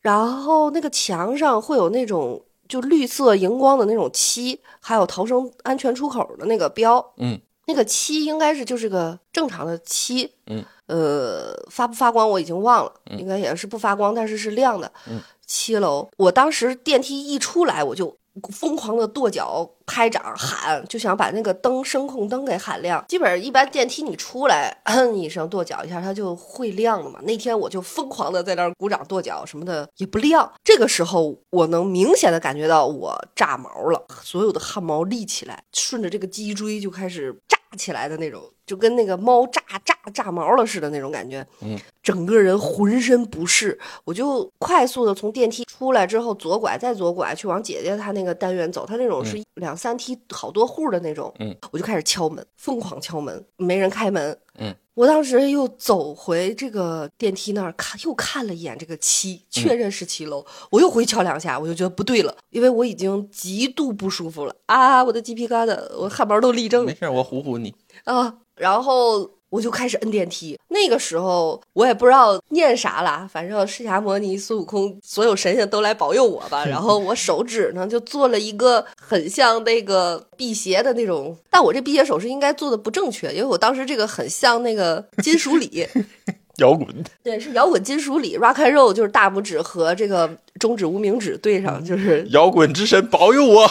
然后那个墙上会有那种就绿色荧光的那种漆，还有逃生安全出口的那个标。
嗯，
那个漆应该是就是个正常的漆。
嗯，
呃，发不发光我已经忘了，应该也是不发光，但是是亮的。嗯，七楼，我当时电梯一出来我就疯狂的跺脚、拍掌、喊，就想把那个灯声控灯给喊亮。基本上一般电梯你出来，摁一声跺脚一下，它就会亮的嘛。那天我就疯狂的在那儿鼓掌、跺脚什么的，也不亮。这个时候我能明显的感觉到我炸毛了，所有的汗毛立起来，顺着这个脊椎就开始炸起来的那种，就跟那个猫炸炸炸毛了似的那种感觉。
嗯，
整个人浑身不适，我就快速的从电梯出来之后，左拐再左拐去往姐姐她那个单元走。她那种是两三梯好多户的那种，
嗯，
我就开始敲门，疯狂敲门，没人开门，
嗯，
我当时又走回这个电梯那儿看，又看了一眼这个七，确认是七楼，我又回去敲两下，我就觉得不对了，因为我已经极度不舒服了啊，我的鸡皮疙瘩，我汗毛都立正了
没。事，我唬唬你。
啊，然后我就开始摁电梯。那个时候我也不知道念啥了，反正释迦摩尼、孙悟空，所有神仙都来保佑我吧。然后我手指呢就做了一个很像那个辟邪的那种，但我这辟邪手势应该做的不正确，因为我当时这个很像那个金属礼，
摇滚，
对，是摇滚金属礼 rock and roll，就是大拇指和这个中指、无名指对上，就是
摇滚之神保佑我！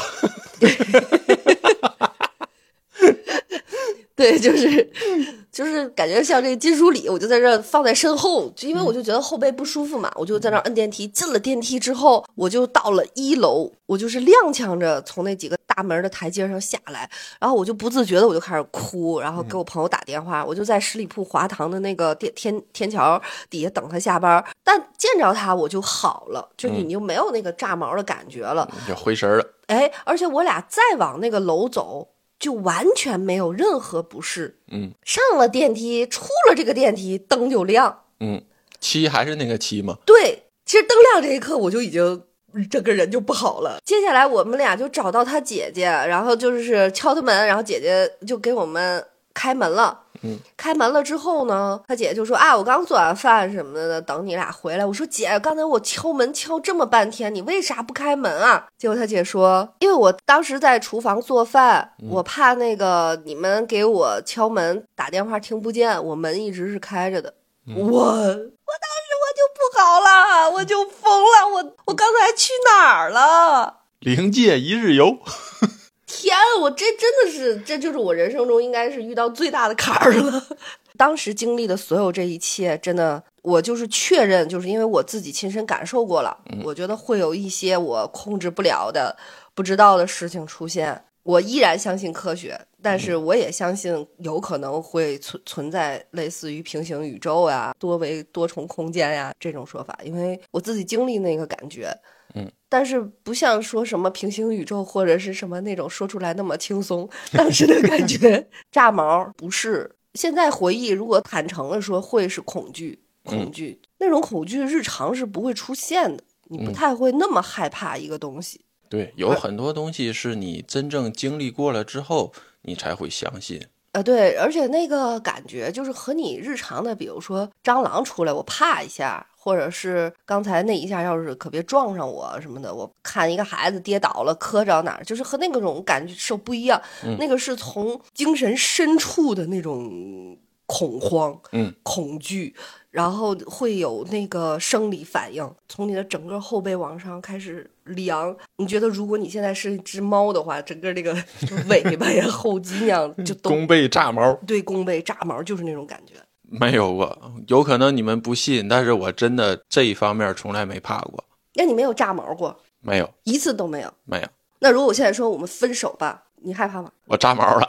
对，就是嗯就是感觉像这个金属礼，我就在这儿放在身后，就因为我就觉得后背不舒服嘛，我就在那儿摁电梯。进了电梯之后，我就到了一楼，我就是踉跄着从那几个大门的台阶上下来，然后我就不自觉的我就开始哭，然后给我朋友打电话，我就在十里铺华堂的那个电天天桥底下等他下班，但见着他我就好了，就你
嗯
就没有那个炸毛的感觉了。
你就回神儿了。
哎，而且我俩再往那个楼走，就完全没有任何不适。
嗯
上了电梯，出了这个电梯，灯就亮。
嗯，七还是那个七吗？
对，其实灯亮这一刻，我就已经整个人就不好了。接下来我们俩就找到他姐姐，然后就是敲他门，然后姐姐就给我们开门了。
嗯，
开门了之后呢，他姐就说啊，我刚做完饭什么的，等你俩回来。我说姐，刚才我敲门敲这么半天，你为啥不开门啊？结果他姐说，因为我当时在厨房做饭，我怕那个你们给我敲门打电话听不见，我门一直是开着的。我我就不好了，我就疯了，我我刚才去哪儿了？
灵界一日游，
天，啊我这真的是，这就是我人生中应该是遇到最大的坎儿了。 *laughs* 当时经历的所有这一切，真的，我就是确认，就是因为我自己亲身感受过了，我觉得会有一些我控制不了的、不知道的事情出现。我依然相信科学，但是我也相信有可能会存存在类似于平行宇宙呀、多维多重空间呀这种说法，因为我自己经历那个感觉，但是不像说什么平行宇宙或者是什么那种说出来那么轻松， *laughs* 当时的感觉炸毛不是。现在回忆，如果坦诚的说，会是恐惧，恐惧、那种恐惧日常是不会出现的，你不
嗯
太会那么害怕一个东西。
对，有很多东西是你真正经历过了之后，你才会相信。
啊，对，而且那个感觉就是和你日常的，比如说蟑螂出来，我怕一下，或者是刚才那一下，要是可别撞上我什么的，我看一个孩子跌倒了磕着哪儿，就是和那个种感觉受不一样，那个是从精神深处的那种恐慌，
嗯，
恐惧，然后会有那个生理反应，从你的整个后背往上开始凉。你觉得如果你现在是一只猫的话，整个那个 *laughs* 尾巴呀、后脊梁就
*laughs*
都
弓背炸毛
对弓背炸毛，就是那种感觉。
没有过，有可能你们不信，但是我真的这一方面从来没怕过，
那你没有炸毛过，
没有
一次都没有。
没有，
那如果我现在说我们分手吧，你害怕吗？
我炸毛了，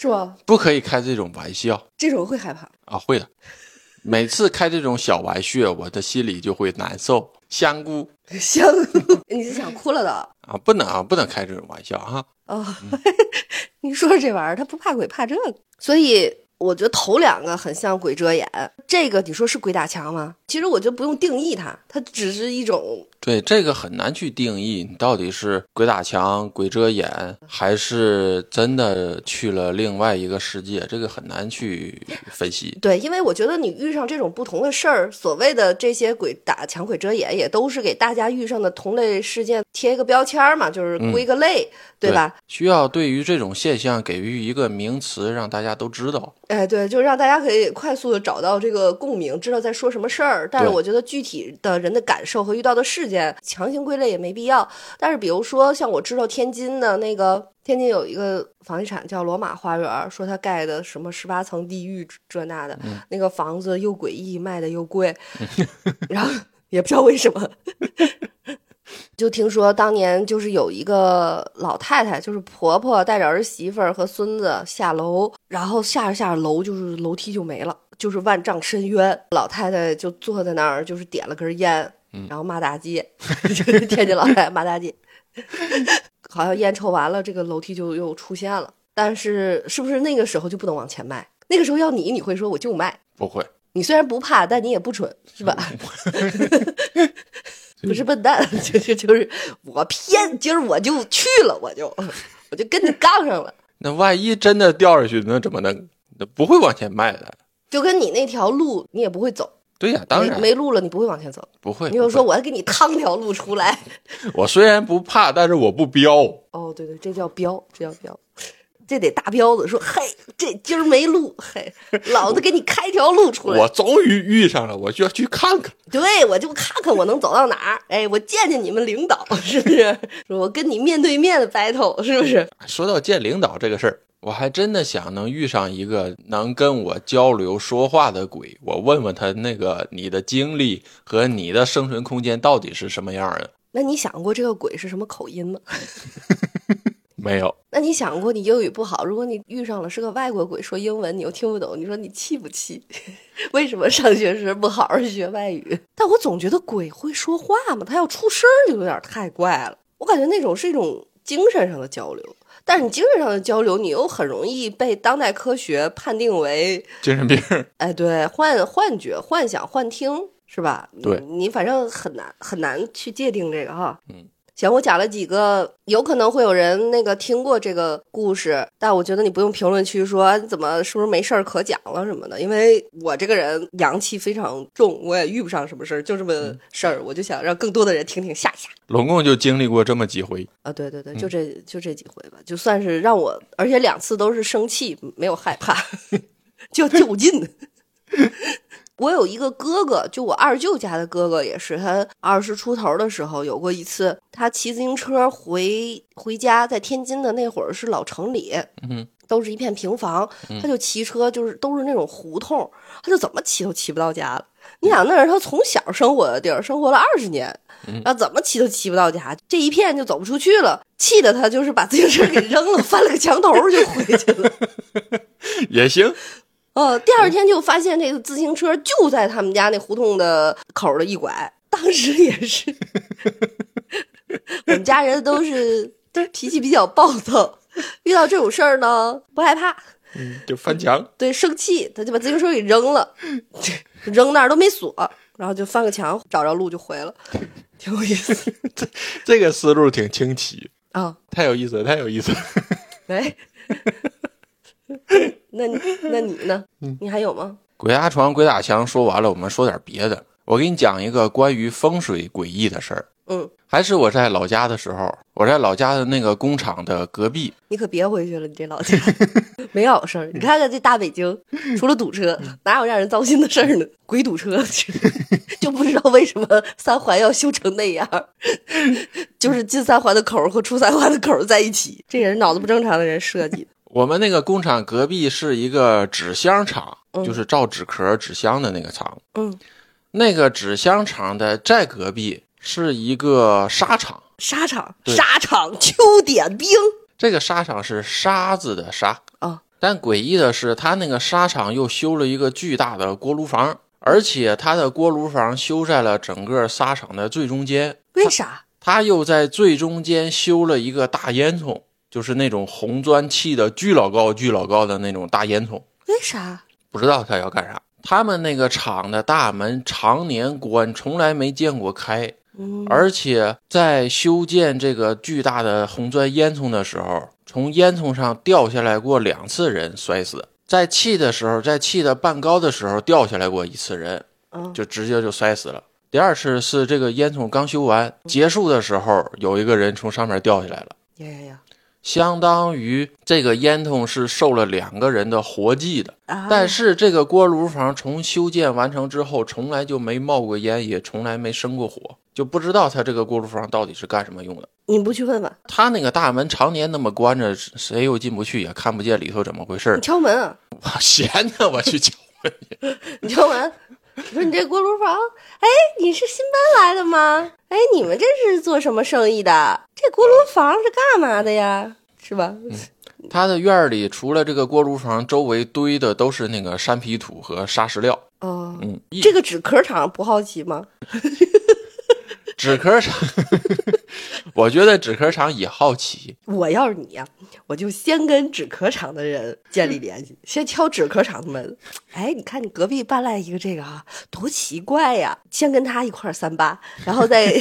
是吧？
不可以开这种玩笑。
这种会害 *laughs* 怕。
啊，会的。每次开这种小玩笑，我的心里就会难受。香菇
行， *laughs* 你是想哭了的啊
啊，不能啊，不能开这种玩笑哈、？
哦 *laughs* 你说这玩意儿，他不怕鬼，怕这个。所以我觉得头两个很像鬼遮眼，这个你说是鬼打墙吗？其实我觉得不用定义它，它只是一种
对，这个很难去定义，你到底是鬼打墙、鬼遮眼，还是真的去了另外一个世界，这个很难去分析。
对，因为我觉得你遇上这种不同的事儿，所谓的这些鬼打墙、鬼遮眼，也都是给大家遇上的同类事件贴一个标签儿嘛，就是归个类，对吧？？
需要对于这种现象给予一个名词，让大家都知道。
哎，对，就让大家可以快速的找到这个共鸣，知道在说什么事儿。但是
对
我觉得具体的人的感受和遇到的事件，件，强行归类也没必要。但是比如说，像我知道天津的那个，天津有一个房地产叫罗马花园，说它盖的什么十八层地狱这那的，那个房子又诡异，卖的又贵， *laughs* 然后也不知道为什么。就听说当年就是有一个老太太，就是婆婆带着儿媳妇儿和孙子下楼，然后下着下着楼就是楼梯就没了，就是万丈深渊。老太太就坐在那儿，就是点了根烟，然后骂大街， *laughs* 就是天津老太太骂大街， *laughs* 好像烟抽完了，这个楼梯就又出现了。但是是不是那个时候就不能往前迈？那个时候要你，你会说我就迈。
不会， *laughs*
你虽然不怕，但你也不蠢，是吧？不是笨蛋， *laughs* 就就就是我偏，今儿我就去了，我就我就跟你杠上了，
那万一真的掉下去，那怎么能？那不会往前迈的。
就跟你那条路你也不会走，
对呀、当
没
然
没路了你不会往前走，
不会。
你就
不
说
会
我要给你趟条路出来。
我虽然不怕，但是我不彪。
哦，对对，这叫彪，这叫彪，这得大彪子说，嘿，这今儿没路，
*laughs*
嘿，老子给你开条路出来。
我终于遇上了，我就要去看看。
对，我就看看我能走到哪儿。哎，我见见你们领导是不是？说我跟你面对面的 battle 是不是？
说到见领导这个事儿，我还真的想能遇上一个能跟我交流说话的鬼，我问问他那个你的经历和你的生存空间到底是什么样的。
那你想过这个鬼是什么口音吗？
没有，
那你想过你英语不好，如果你遇上了是个外国鬼说英文，你又听不懂，你说你气不气？ *laughs* 为什么上学时不好好学外语？但我总觉得鬼会说话嘛，他要出声儿就有点太怪了。我感觉那种是一种精神上的交流，但是你精神上的交流，你又很容易被当代科学判定为
精神病。
哎，对，幻幻觉、幻想、幻听是吧？
对
你，你反正很难很难去界定这个哈。
嗯，
行，我讲了几个，有可能会有人那个听过这个故事，但我觉得你不用评论区说哎你怎么是不是没事儿可讲了什么的，因为我这个人阳气非常重，我也遇不上什么事儿，就这么
嗯
事儿，我就想让更多的人听听吓吓。
拢共就经历过这么几回，
啊，对对对，就这就这几回吧，就算是让我，而且两次都是生气，没有害怕， *laughs* 就就近。 *laughs* 我有一个哥哥，就我二舅家的哥哥，也是他二十出头的时候，有过一次，他骑自行车回回家，在天津的那会儿是老城里，
嗯，
都是一片平房，他就骑车，就是都是那种胡同，他就怎么骑都骑不到家了。你想，那是他从小生活的地儿，生活了二十年，然后怎么骑都骑不到家，这一片就走不出去了，气得他就是把自行车给扔了，翻了个墙头就回去了。
也行。
呃，第二天就发现这个自行车就在他们家那胡同的口儿的一拐，当时也是， *laughs* 我们家人都是脾气比较暴躁，遇到这种事儿呢不害怕，
嗯，就翻 *laughs* 墙。
对，生气，他就把自行车给扔了，扔那儿都没锁，然后就翻个墙找着路就回了，挺有意思
这个思路挺清奇，
啊、
太有意思了，太有意思了。 *laughs*
喂，那你那你呢？
嗯
你还有吗？
鬼压床、鬼打墙说完了，我们说点别的。我给你讲一个关于风水诡异的事儿。
嗯，
还是我在老家的时候，我在老家的那个工厂的隔壁，
你可别回去了，你这
*laughs*
老家没好事儿。你看看这大北京，
嗯
除了堵车，哪有让人糟心的事儿呢？鬼堵车，
*laughs*
就不知道为什么三环要修成那样儿，就是进三环的口儿和出三环的口儿在一起，这人脑子不正常的人设计的。
我们那个工厂隔壁是一个纸箱厂，
嗯
就是造纸壳、纸箱的那个厂。
嗯，
那个纸箱厂的在隔壁是一个沙场，
沙场，
对
沙场秋点兵
这个沙场是沙子的沙。
啊，
但诡异的是，他那个沙场又修了一个巨大的锅炉房，而且他的锅炉房修在了整个沙场的最中间。
为啥？
他又在最中间修了一个大烟囱，就是那种红砖砌的巨老高、巨老高的那种大烟囱，
为啥？
不知道他要干啥。他们那个厂的大门常年关，从来没见过开。
嗯，
而且在修建这个巨大的红砖烟囱的时候，从烟囱上掉下来过两次人摔死，在砌的时候，在砌的半高的时候掉下来过一次人，
嗯
就直接就摔死了。第二次是这个烟囱刚修完结束的时候，有一个人从上面掉下来了，
呀呀呀！
相当于这个烟囱是受了两个人的活计的。
啊
但是这个锅炉房从修建完成之后，从来就没冒过烟，也从来没生过火，就不知道他这个锅炉房到底是干什么用的。
你不去问问，
他那个大门常年那么关着，谁又进不去，也看不见里头怎么回事
你 *laughs*
儿。
敲门啊，
我闲的，我去敲门去。
你敲门，你说你这锅炉房，哎，你是新搬来的吗？哎，你们这是做什么生意的？这锅炉房是干嘛的呀？是吧？
他的院儿里除了这个锅炉房，周围堆的都是那个山皮土和砂石料。
哦，
嗯，一
这个纸壳厂不好奇吗？
纸壳厂， *laughs* 我觉得纸壳厂也好奇。
我要是你呀、我就先跟纸壳厂的人建立联系，先敲纸壳厂的门。哎，你看你隔壁搬来一个这个啊，多奇怪呀！先跟他一块儿三八，然后再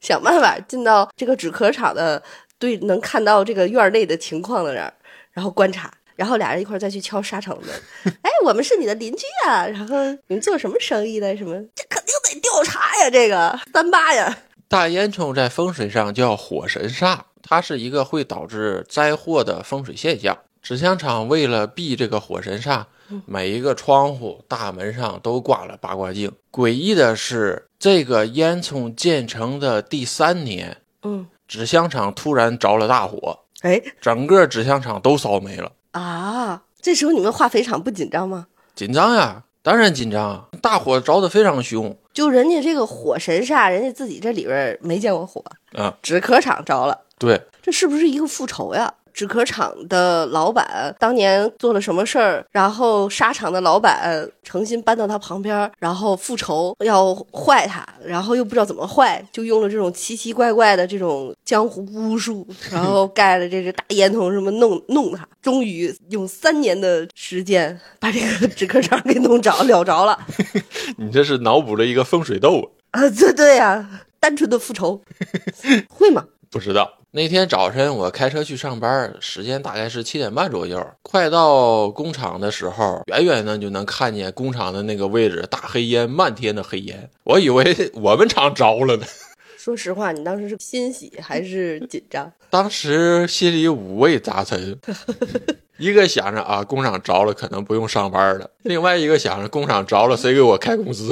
想办法进到这个纸壳厂的对能看到这个院内的情况的人儿，然后观察。然后俩人一块儿再去敲沙场的门，哎，我们是你的邻居啊，然后你们做什么生意的？什么？这肯定得调查呀，这个三八呀，
大烟囱在风水上叫火神煞，它是一个会导致灾祸的风水现象。纸箱厂为了避这个火神煞，每一个窗户、大门上都挂了八卦镜。诡异的是，这个烟囱建成的第三年，
嗯，
纸箱厂突然着了大火，
哎
整个纸箱厂都烧没了。
啊，这时候你们化肥厂不紧张吗？
紧张呀，当然紧张，啊大火着得非常凶
就人家这个火神煞，人家自己这里边儿没见过火，
啊。
纸壳厂着了，
对，
这是不是一个复仇呀？纸壳厂的老板当年做了什么事儿，然后沙场的老板诚心搬到他旁边儿，然后复仇要坏他，然后又不知道怎么坏，就用了这种奇奇怪怪的这种江湖巫术，然后盖了这只大烟囱什么弄弄他，终于用三年的时间把这个纸壳厂给弄着了着了。
你这是脑补了一个风水斗，
*laughs* 啊，对对呀、单纯的复
*laughs*
仇，会吗？
不知道。那天早晨我开车去上班，时间大概是七点半左右。快到工厂的时候，远远的就能看见工厂的那个位置，大黑烟，漫天的黑烟。我以为我们厂着了呢，
说实话，你当时是欣喜还是紧张？
当时心里五味杂陈，一个想着啊，工厂着了，可能不用上班了；另外一个想着工厂着了，谁给我开工资？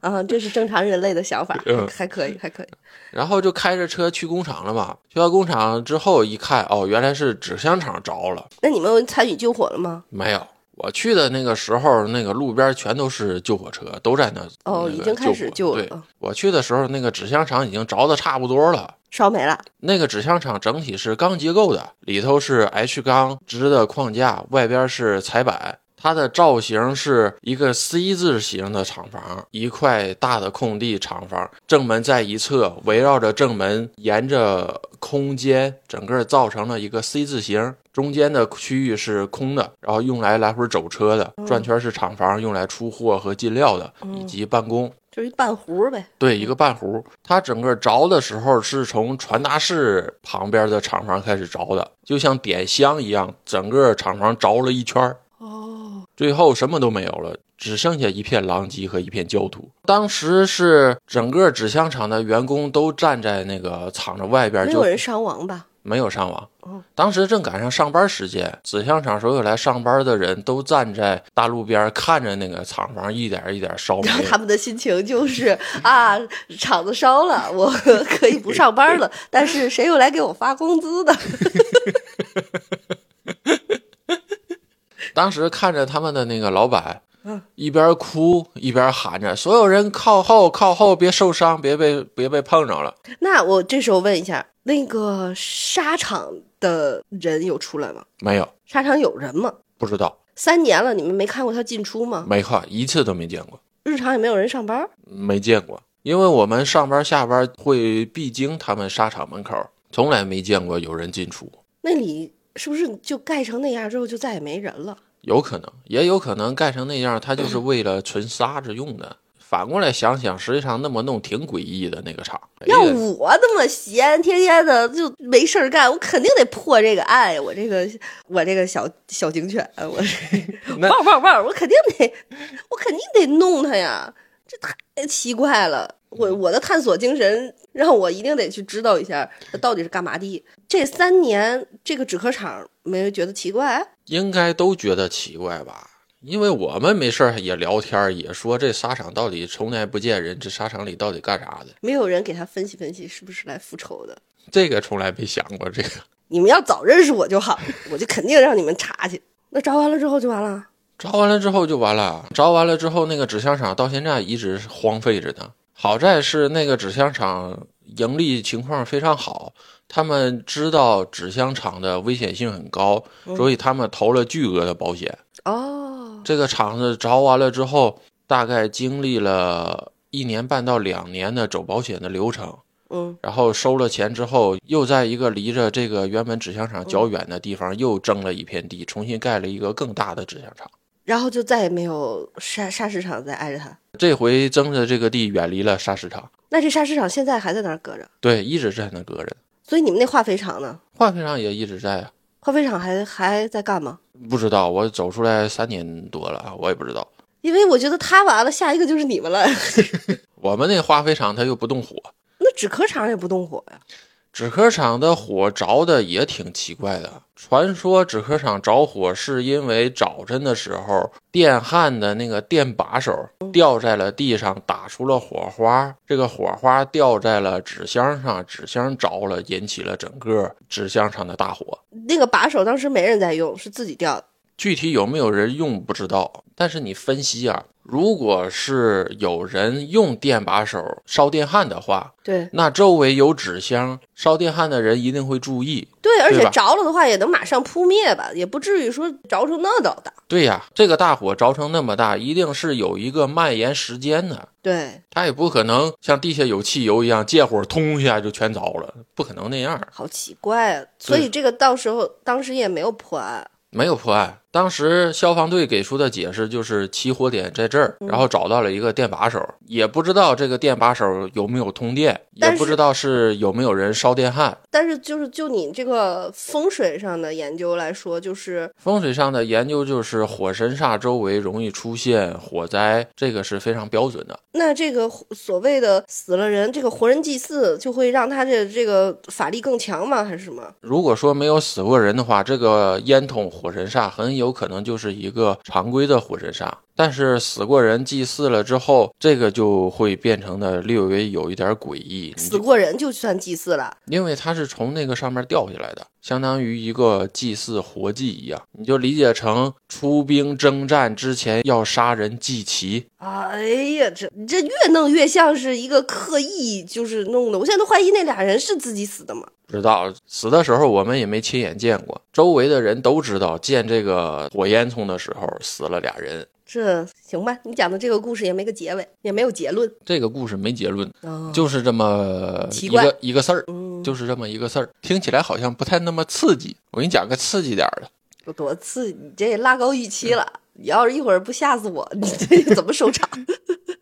啊，这是正常人类的想法
嗯，
还可以，还可以。
然后就开着车去工厂了嘛。去到工厂之后一看，哦，原来是纸箱厂着了。
那你们参与救火了吗？
没有，我去的那个时候，那个路边全都是救火车，都在那。
哦
那个
已经开始
救
救
火
了
对
嗯，
我去的时候，那个纸箱厂已经着的差不多了。
烧没了，
那个纸箱厂整体是钢结构的，里头是 H 钢直的框架，外边是彩板。它的造型是一个 C 字形的厂房，一块大的空地厂房，正门在一侧，围绕着正门，沿着空间整个造成了一个 C 字形。中间的区域是空的，然后用来来回走车的，转圈是厂房，用来出货和进料的，以及办公。
就是一半壶呗。
对，一个半弧。它整个着的时候是从传达室旁边的厂房开始着的，就像点香一样，整个厂房着了一圈儿
哦，
最后什么都没有了，只剩下一片狼藉和一片焦土。当时是整个纸箱厂的员工都站在那个厂子外边，
没
啊就
有人伤亡吧？
没有上网
哦。
当时正赶上上班时间，纸箱厂所有来上班的人都站在大路边，看着那个厂房一点一点烧没
然。后他们的心情就是啊，厂子烧了，我可以不上班了，但是谁又来给我发工资的？ *laughs*
当时看着他们的那个老板
嗯，
一边哭一边喊着：“所有人靠后，靠后，别受伤，别被别被碰着了。
那我这时候问一下，那个沙场的人有出来吗？”
没有，
沙场有人吗？
不知道，
三年了，你们没看过他进出吗？
没看，一次都没见过，
日常也没有人上班，
没见过。因为我们上班下班会必经他们沙场门口，从来没见过有人进出。
那里是不是就盖成那样之后就再也没人了？
有可能，也有可能盖成那样，它就是为了存沙子用的。反过来想想，实际上那么弄挺诡异的那个厂。
要
哎呀
我那么闲，天天的就没事儿干，我肯定得破这个案呀！我这个我这个小小警犬，我这
*laughs* 那
汪汪汪，我肯定得，我肯定得弄他呀！这太奇怪了，我
嗯
我的探索精神让我一定得去知道一下他到底是干嘛的。这三年这个纸壳厂没觉得奇怪？啊
应该都觉得奇怪吧？因为我们没事儿也聊天儿，也说这沙场到底从来不见人，这沙场里到底干啥的？
没有人给他分析分析是不是来复仇的。
这个从来没想过这个。 *laughs*
你们要早认识我就好，我就肯定让你们查去。那查完了之后就完了。
招完了之后就完了，招完了之后那个纸箱厂到现在一直是荒废着呢。好在是那个纸箱厂盈利情况非常好，他们知道纸箱厂的危险性很高，所以他们投了巨额的保险。
哦，
这个厂子着完了之后，大概经历了一年半到两年的走保险的流程，
嗯，
然后收了钱之后，又在一个离着这个原本纸箱厂较远的地方又征了一片地，重新盖了一个更大的纸箱厂。
然后就再也没有沙沙市场再挨着他。
这回征的这个地远离了沙市场，
那这沙市场现在还在那儿搁着，
对，一直在那搁着。
所以你们那化肥厂呢？
化肥厂也一直在啊，
化肥厂还还在干吗？
不知道我走出来三年多了啊，我也不知道。
因为我觉得他完了，下一个就是你们了。 *laughs*
我们那化肥厂它又不动火，
那纸壳厂也不动火呀？
纸壳厂的火着的也挺奇怪的。传说纸壳厂着火是因为早晨的时候电焊的那个电把手掉在了地上，打出了火花。这个火花掉在了纸箱上，纸箱着了，引起了整个纸箱上的大火。
那个把手当时没人在用，是自己掉的。
具体有没有人用不知道，但是你分析啊，如果是有人用电把手烧电焊的话，
对
那周围有纸箱，烧电焊的人一定会注意。
对，而且
吧
着了的话也能马上扑灭吧，也不至于说着成那倒大。
对呀，这个大火着成那么大，一定是有一个蔓延时间的，
对，
它也不可能像地下有汽油一样，借火通一下就全着了，不可能那样。
好奇怪啊！所以这个到时候当时也没有破案。
没有破案。当时消防队给出的解释就是起火点在这
嗯
儿，然后找到了一个电把手，也不知道这个电把手有没有通电，也
但是
不知道是有没有人烧电焊。
但是就是就你这个风水上的研究来说，就是
风水上的研究就是火神煞周围容易出现火灾，这个是非常标准的。
那这个所谓的死了人，这个活人祭祀就会让他这这个法力更强吗？还是什么？
如果说没有死过人的话，这个烟筒火神煞很有可能就是一个常规的火神煞。但是死过人祭祀了之后，这个就会变成的略微有一点诡异。你
死过人就算祭祀了？
因为它是从那个上面掉下来的，相当于一个祭祀活祭一样，你就理解成出兵征战之前要杀人祭旗。
哎呀，这你这越弄越像是一个刻意就是弄的，我现在都怀疑那俩人是自己死的嘛。
不知道死的时候我们也没亲眼见过，周围的人都知道，见这个火烟囱的时候死了俩人。
这行吧，你讲的这个故事也没个结尾，也没有结论。
这个故事没结论，
哦
就是这么
奇
一
怪
个一个事儿，
嗯，
就是这么一个事儿。听起来好像不太那么刺激，我给你讲个刺激点儿的。
有多刺激？你这也拉高预期了。你要是一会儿不吓死我， *laughs* 你这怎么收场？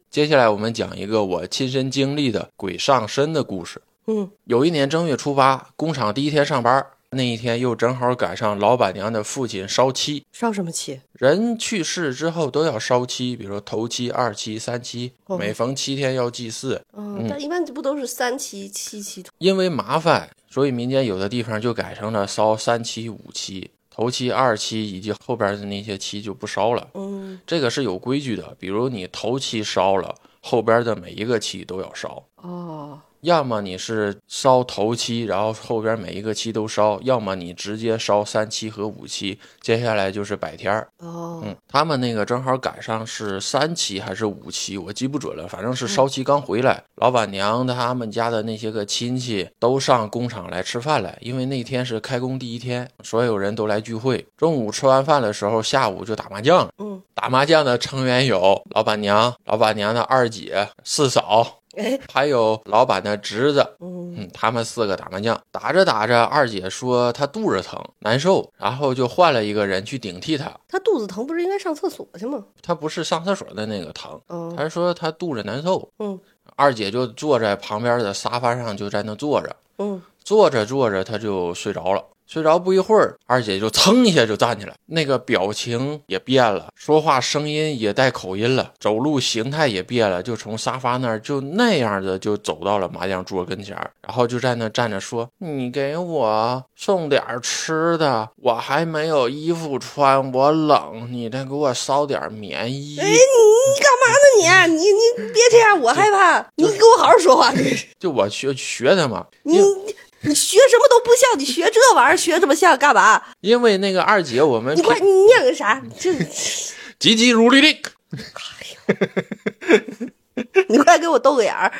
接下来我们讲一个我亲身经历的鬼上身的故事。
*laughs* 嗯，
有一年正月初八，工厂第一天上班，那一天又正好赶上老板娘的父亲烧漆。
烧什么气？
人去世之后都要烧漆，比如说头七、二七、三七，
哦
每逢七天要祭祀。
嗯，但一般这不都是三期、七期？
因为麻烦，所以民间有的地方就改成了烧三七、五七、头七、二七以及后边的那些七就不烧了。
嗯，
这个是有规矩的，比如你头七烧了，后边的每一个七都要烧。
哦，
要么你是烧头七，然后后边每一个七都烧；要么你直接烧三七和五七，接下来就是百天儿。
哦，
嗯，他们那个正好赶上是三期还是五期，我记不准了，反正是烧期刚回来，老板娘他们家的那些个亲戚都上工厂来吃饭来，因为那天是开工第一天，所有人都来聚会。中午吃完饭的时候，下午就打麻将了。
嗯，
打麻将的成员有老板娘、老板娘的二姐、四嫂，
哎，
还有老板的侄子。
嗯，
嗯，他们四个打麻将，打着打着，二姐说她肚子疼难受，然后就换了一个人去顶替她。
他肚子疼不是应该上厕所去吗？
她不是上厕所的那个疼，
嗯
她说她肚子难受。
嗯
二姐就坐在旁边的沙发上，就在那坐着，
嗯，
坐着坐着她就睡着了。睡着不一会儿，二姐就噌一下就站起来，那个表情也变了，说话声音也带口音了，走路形态也变了，就从沙发那儿就那样的就走到了麻将桌跟前儿，然后就在那站着说：“你给我送点儿吃的，我还没有衣服穿，我冷，你再给我烧点儿棉衣。”
哎，你你干嘛呢你、你你别这样，我害怕。你给我好好说话， *laughs* 你
就我学学他嘛，
你你学什么都不像，你学这玩意儿学这么像干 *laughs* 嘛？
因为那个二姐我们
你快你念个 *laughs* 啥？这
急急如律令，
你快给我逗个眼儿，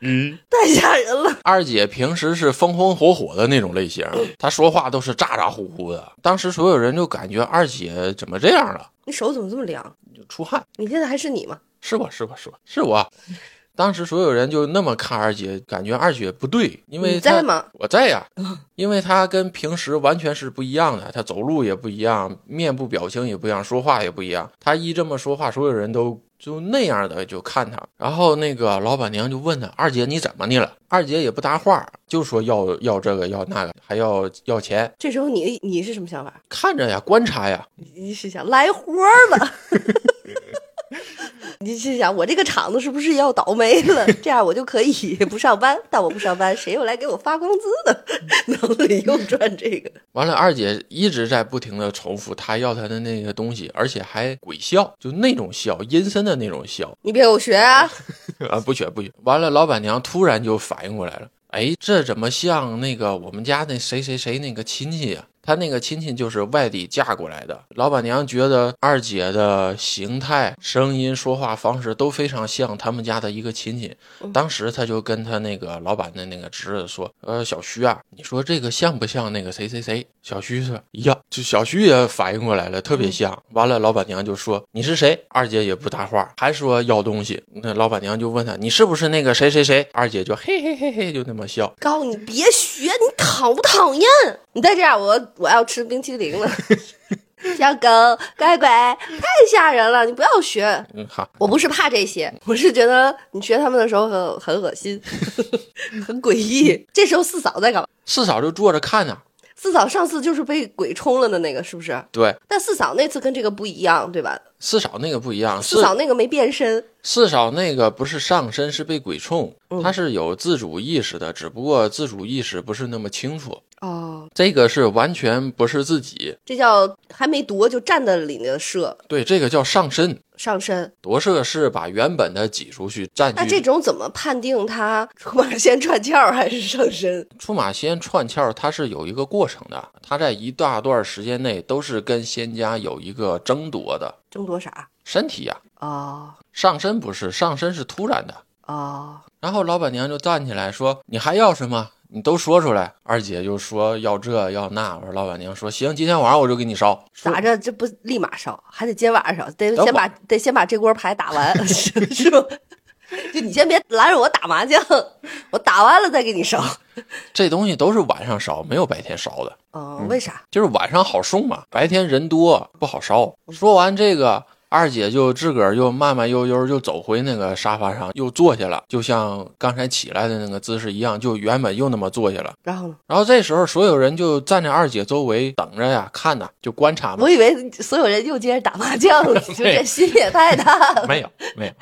嗯。
*laughs* 太吓人了。
二姐平时是风风火火的那种类
*coughs*
型，她说话都是咋咋呼呼的。当时所有人就感觉二姐怎么这样了，
你手怎么这么凉？
就出汗。
你现在还是你吗？
是我是我是我是我。当时所有人就那么看二姐，感觉二姐不对，因为
你在
她
吗？
我在呀，因为她跟平时完全是不一样的，她走路也不一样，面部表情也不一样，说话也不一样。她一这么说话，所有人都就那样的就看她。然后那个老板娘就问她：“二姐，你怎么的了？”二姐也不搭话，就说要要这个要那个，还要要钱。
这时候你你是什么想法？
看着呀，观察呀，
你是想来活儿了？ *laughs* 你是想我这个厂子是不是要倒霉了？这样我就可以 *laughs* 不上班，但我不上班，谁又来给我发工资呢？ *laughs* 脑子里又转这个，
完了，二姐一直在不停的重复她要她的那个东西，而且还鬼笑，就那种笑，阴森的那种笑。
你别给我学啊！
啊，不学不学。完了，老板娘突然就反应过来了，哎，这怎么像那个我们家那谁谁谁那个亲戚呀、她那个亲戚就是外地嫁过来的。老板娘觉得二姐的形态、声音、说话方式都非常像他们家的一个亲戚。当时她就跟她那个老板的那个侄子说：“呃，小徐啊，你说这个像不像那个谁谁谁？”小徐说：“呀，就小徐也反应过来了，特
嗯
别像。完了，老板娘就说：“你是谁？”二姐也不搭话，还说要东西。那老板娘就问她：“你是不是那个谁谁谁？”二姐就嘿嘿嘿嘿，就那么笑。
告诉你别学，你讨不讨厌？你再这样，我我要吃冰淇淋了。 *laughs* 小狗乖乖，太吓人了！你不要学，
嗯，好，
我不是怕这些，我是觉得你学他们的时候很很恶心，很诡异。这时候四嫂在干嘛？
四嫂就坐着看呢、
四嫂上次就是被鬼冲了的那个，是不是？
对，
但四嫂那次跟这个不一样，对吧？
四嫂那个不一样，
四嫂那个没变身，
四嫂那个不是上身是被鬼冲，
嗯
她是有自主意识的，只不过自主意识不是那么清楚。
哦，
这个是完全不是自己，
这叫还没夺就站在里面的射
对，这个叫上身。
上身。
夺舍是把原本的挤出去，占
那
据
这种怎么判定他出马仙串窍还是上身？
出马仙串窍，它是有一个过程的，它在一大段时间内都是跟仙家有一个争夺的。
争夺啥？
身体呀、
哦
上身不是，上身是突然的。
哦，
然后老板娘就站起来说：“你还要什么？你都说出来。”二姐就说要这要那。我说老板娘说：“行，今天晚上我就给你烧。”说
打着这不立马烧，还得今晚上烧，得
嗯等
先
会
把
儿
得先把这锅牌打
*laughs*
完，是是吧？就你先别拦着我打麻将，我打完了再给你烧。
这东西都是晚上烧，没有白天烧的。
哦、
嗯
为啥？
就是晚上好送嘛，白天人多不好烧。
嗯
说完这个，二姐就自个儿又慢慢悠悠就走回那个沙发上，又坐下了，就像刚才起来的那个姿势一样，就原本又那么坐下了。
然后呢？
然后这时候，所有人就站在二姐周围等着呀，看呐，就观察嘛
我。以为所有人又接着打麻将了，就这心也太大了。
没有，没有，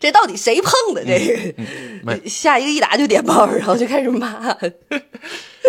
这到底谁碰的？这
嗯没
个下一个一打就点爆，然后就开始骂。 *laughs*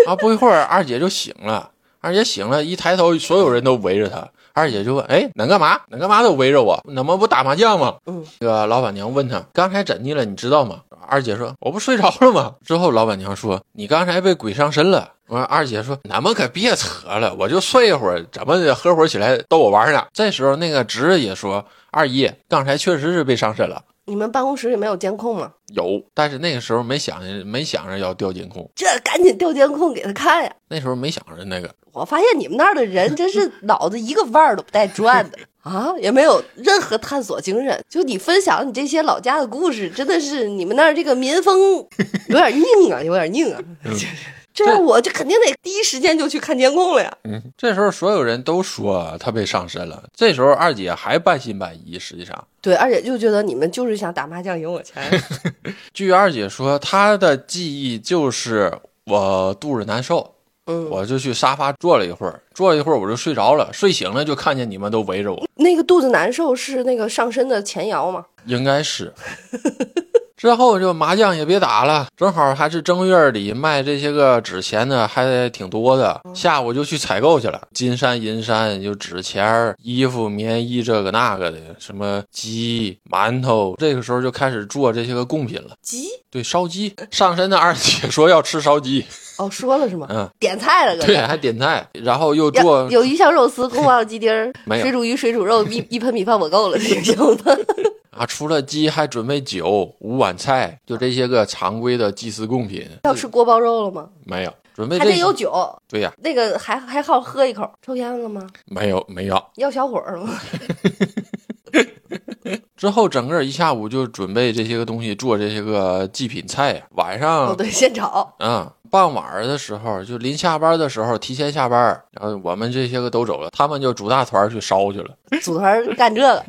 啊，不一会儿二姐就醒了，二姐醒了，一抬头，所有人都围着她。二姐就问：“哎，能干嘛？能干嘛都围着我，能不不打麻将吗？”
嗯，
那个老板娘问她：“刚才怎的了？你知道吗？”二姐说：“我不睡着了吗？”之后老板娘说：“你刚才被鬼上身了。”完，二姐说：“咱们可别扯了，我就睡一会儿，怎么的合伙起来逗我玩呢？”这时候那个侄子也说：“二姨，刚才确实是被上身了。”
你们办公室里没有监控吗？
有，但是那个时候没想没想着要调监控，
这赶紧调监控给他看呀！
那时候没想着那个。
我发现你们那儿的人真
*laughs*
是脑子一个弯儿都不带转的啊，也没有任何探索精神。就你分享你这些老家的故事，真的是你们那儿这个民风有点拧啊，有点拧啊。
嗯
*laughs* 这样我就肯定得第一时间就去看监控了呀。
嗯，这时候所有人都说啊他被上身了。这时候二姐还半信半疑。实际上，
对，而且就觉得你们就是想打麻将赢我
*laughs*
钱。
据二姐说，她的记忆就是我肚子难受，
嗯，
我就去沙发坐了一会儿，坐了一会儿我就睡着了，睡醒了就看见你们都围着我，
那个肚子难受是那个上身的前摇吗？
应该是。 *laughs* 之后就麻将也别打了，正好还是正月里卖这些个纸钱的还挺多的，
嗯
下午就去采购去了，金山银山就纸钱儿、衣服、棉衣这个那个的，什么鸡、馒头，这个时候就开始做这些个贡品了。
急
对，烧鸡，上身的二姐说要吃烧鸡， *laughs*
哦，说了是吗？
嗯，
点菜了，搁
对，
这
还点菜，然后又
呀
做
有鱼香肉
*laughs*
丝、宫保鸡丁儿
没、有
水煮鱼、水煮肉，一一盆米饭我
*laughs*
够了，这个行吗？
啊，除了鸡还准备酒、五碗菜，就这些个常规的祭祀贡品
要吃锅包肉了吗？
没有，准备
还
这
得
些
有酒，
对呀、
那个还还好喝一口。抽烟了吗？
没有没有。
要小伙儿了吗？
之后整个一下午就准备这些个东西，做这些个祭品菜呀。晚
哦，*laughs*
上，
对，现炒。
嗯，傍晚儿的时候，就临下班的时候，提前下班儿，然后我们这些个都走了，他们就组大团儿去烧去了，
组团儿干这
*laughs*
个，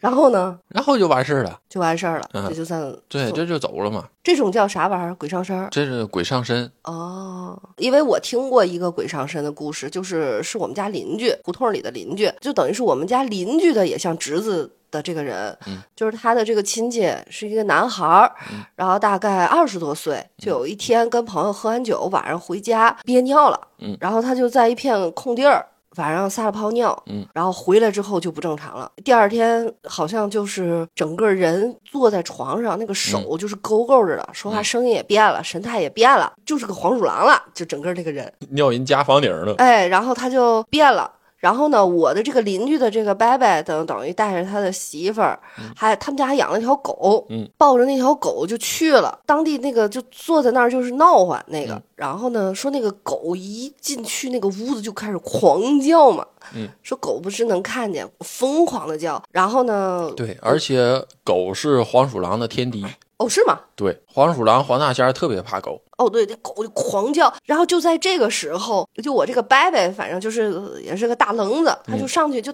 然后呢
然后就完事儿了。
就完事儿了，
嗯
这就算
对，
做
这就走了嘛。
这种叫啥玩意儿？鬼上身儿
这是鬼上身，
哦，因为我听过一个鬼上身的故事，就是是我们家邻居胡同里的邻居，就等于是我们家邻居的也像侄子。的这个人，
嗯
就是他的这个亲戚是一个男孩儿，然后大概二十多岁，就有一天跟朋友喝完酒，晚上回家憋尿了，
嗯
然后他就在一片空地儿。晚上撒了泡尿，
嗯，
然后回来之后就不正常了。第二天好像就是整个人坐在床上，那个手就是勾勾着的，说话声音也变了，神态也变了，就是个黄鼠狼了，就整个这个人。
尿人家房顶儿了。
哎，然后他就变了。然后呢，我的这个邻居的这个伯伯等等于带着他的媳妇儿，还他们家还养了一条狗，
嗯
抱着那条狗就去了。当地那个就坐在那儿就是闹唤那个，
嗯
然后呢说那个狗一进去那个屋子就开始狂叫嘛，
嗯
说狗不是能看见，疯狂的叫。然后呢，
对，而且狗是黄鼠狼的天敌。
哦是吗？
对，黄鼠狼、黄大仙儿特别怕狗。 *laughs*
哦，对，那狗就狂叫。然后就在这个时候，就我这个伯伯，反正就是呃也是个大棱子，他就上去就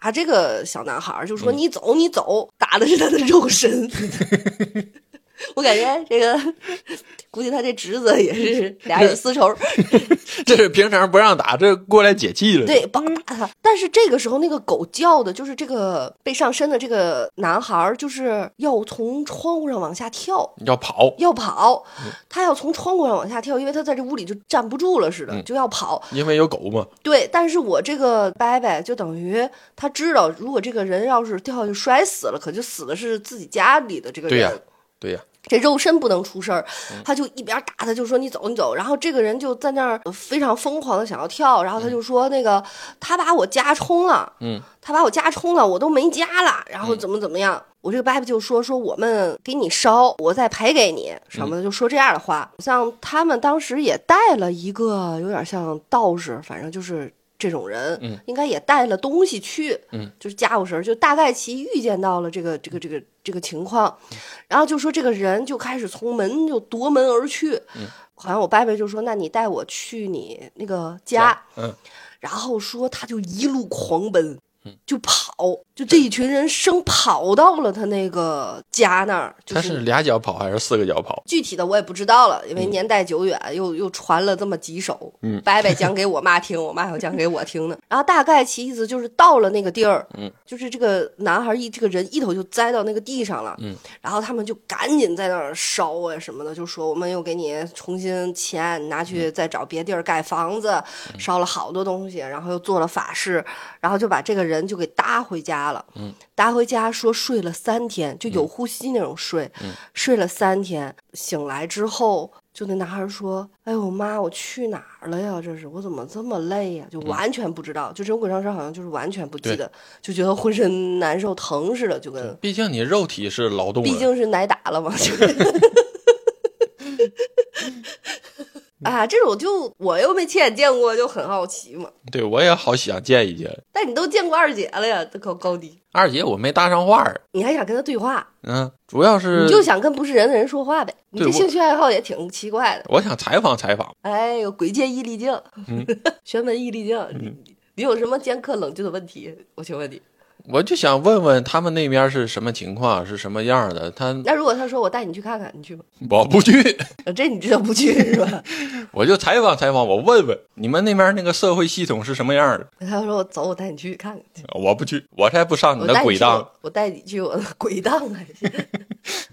打这个小男孩儿，就说：“你走，你走！”打的是他的肉身。我感觉这个，估计他这侄子也是俩人私仇，
这是平常不让打，这过来解气了。
对，棒打他。但是这个时候，那个狗叫的，就是这个被上身的这个男孩儿，就是要从窗户上往下跳。
要跑，
要跑，他要从窗户上往下跳，因为他在这屋里就站不住了似的，就要跑。
因为有狗嘛。
对，但是我这个伯伯就等于他知道，如果这个人要是掉下去摔死了，可就死的是自己家里的这个
对呀
人。
对呀、嗯
这肉身不能出事儿，他就一边打他，就说你走你走，然后这个人就在那儿呃非常疯狂的想要跳，然后他就说那个他把我家冲了，
嗯，
他把我家冲了，我都没家了，然后怎么怎么样。我这个爸爸就说说我们给你烧，我再赔给你什么的，就说这样的话。像他们当时也带了一个有点像道士，反正就是这种人，
嗯
应该也带了东西去，
嗯，
就是家伙事儿，就大概其预见到了这个这个这个这个情况，然后就说这个人就开始从门就夺门而去，嗯，好像我伯伯就说那你带我去你那个家
嗯，
然后说他就一路狂奔，就跑，就这一群人生跑到了他那个家那儿，就
他是俩脚跑还是四个脚跑？
具体的我也不知道了，因为年代久远，又又传了这么几首，
嗯
伯伯讲给我妈听，我妈又讲给我听呢。然后大概其意思就是到了那个地儿，
嗯，
就是这个男孩一这个人一头就栽到那个地上了，
嗯，
然后他们就赶紧在那儿烧啊什么的，就说我们又给你重新钱拿去再找别地儿盖房子，烧了好多东西，然后又做了法事，然后就把这个人就给搭回家了，
嗯，
搭回家说睡了三天，就有呼吸那种睡，睡了三天，醒来之后，就那男孩说：“哎呦妈，我去哪儿了呀？这是我怎么这么累呀？就完全不知道，就这种鬼上身好像就是完全不记得，就觉得浑身难受疼似的，就跟
毕竟你肉体是劳动的，
毕竟是挨打了嘛，就是。”
嗯
啊，这种就我又没亲眼见过，就很好奇嘛。
对我也好想见一见
但你都见过二姐了呀，这高高低，
二姐，我没搭上话儿，
你还想跟她对话？
嗯，主要是
你就想跟不是人的人说话呗？你
对
这
我
兴趣爱好也挺奇怪的。
我想采访采访，
哎呦，鬼界易立竞，
嗯
*laughs* 玄门易立竞，你你有什么尖刻冷峻的问题？我请问你，
我就想问问他们那边是什么情况，是什么样的？
*laughs*
他
那如果他说我带你去看看，你去吗？
我不去，
呃这你这不去是吧？
我就采访采访，我问问你们那边那个社会系统是什么样的？
他说我走，我带你去看看。
我不去，我才不上你
我
的
带你
鬼
去
当。
我，我带你去我的 *laughs* 鬼当还行。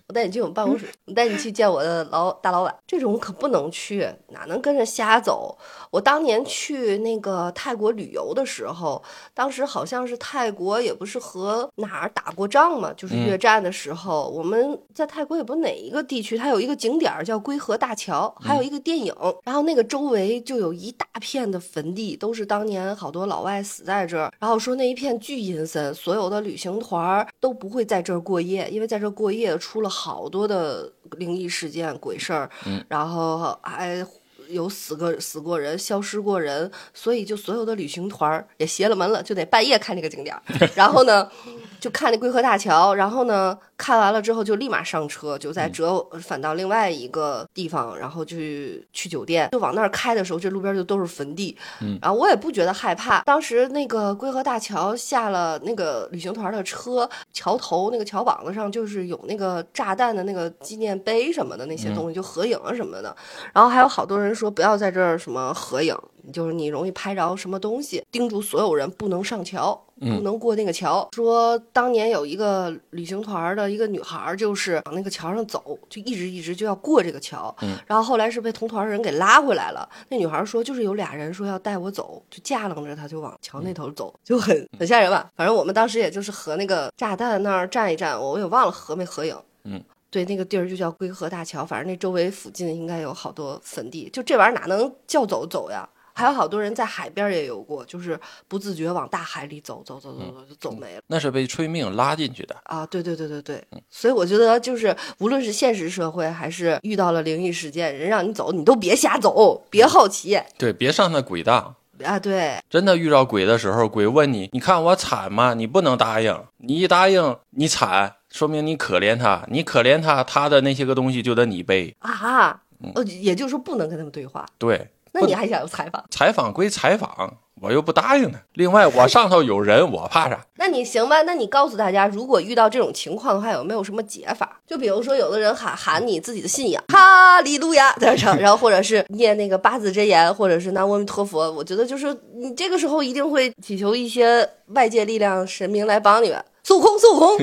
我带你去我们办公室，我带你去见我的老大老板，这种可不能去，哪能跟着瞎走？我当年去那个泰国旅游的时候，当时好像是泰国也不是和哪儿打过仗嘛，就是越战的时候，我们在泰国也不哪一个地区，它有一个景点儿叫龟河大桥，还有一个电影，然后那个周围就有一大片的坟地，都是当年好多老外死在这儿，然后说那一片巨阴森，所有的旅行团儿都不会在这儿过夜，因为在这儿过夜出了好多的灵异事件、鬼事儿，然后还有死个死过人、消失过人，所以就所有的旅行团儿也邪了门了，就得半夜看这个景点儿。然后呢，就看那龟河大桥，然后呢，看完了之后就立马上车，就再折返到另外一个地方，然后去去酒店。就往那儿开的时候，这路边就都是坟地，然后我也不觉得害怕。当时那个龟河大桥下了那个旅行团的车，桥头那个桥膀子上就是有那个炸弹的那个纪念碑什么的那些东西，就合影啊什么的。然后还有好多人说不要在这儿什么合影，就是你容易拍着什么东西。叮嘱所有人不能上桥，不能过那个桥。说当年有一个旅行团儿的一个女孩儿，就是往那个桥上走，就一直一直就要过这个桥。然后后来是被同团的人给拉回来了。那女孩说，就是有俩人说要带我走，就架楞着她就往桥那头走，就很很吓人吧。反正我们当时也就是和那个炸弹那儿站一站，我也忘了合没合影。
嗯。
对，那个地儿就叫龟河大桥，反正那周围附近应该有好多坟地，就这玩意儿哪能叫走走呀？还有好多人在海边儿也有过，就是不自觉往大海里走，走走走走就走没了。
那是被催命拉进去的。
啊，对对对对对，所以我觉得就是，无论是现实社会还是遇到了灵异事件，人让你走，你都别瞎走，别好奇
对，别上那鬼当。
啊！对，
真的遇到鬼的时候，鬼问你：“你看我惨吗？”你不能答应。你一答应，你惨，说明你可怜他。你可怜他，他的那些个东西就得你背。
啊，呃，也就是说不能跟他们对话，
对，
那
不
你还想有采访？
采访归采访，我又不答应他。另外，我上头有人，我怕啥？
那你行吧？那你告诉大家，如果遇到这种情况的话，有没有什么解法？就比如说，有的人喊喊你自己的信仰，哈利路亚，在这唱，然后或者是念那个八字真言，或者是南无阿弥陀佛。我觉得就是你这个时候一定会祈求一些外界力量、神明来帮你们。孙悟空，孙悟空，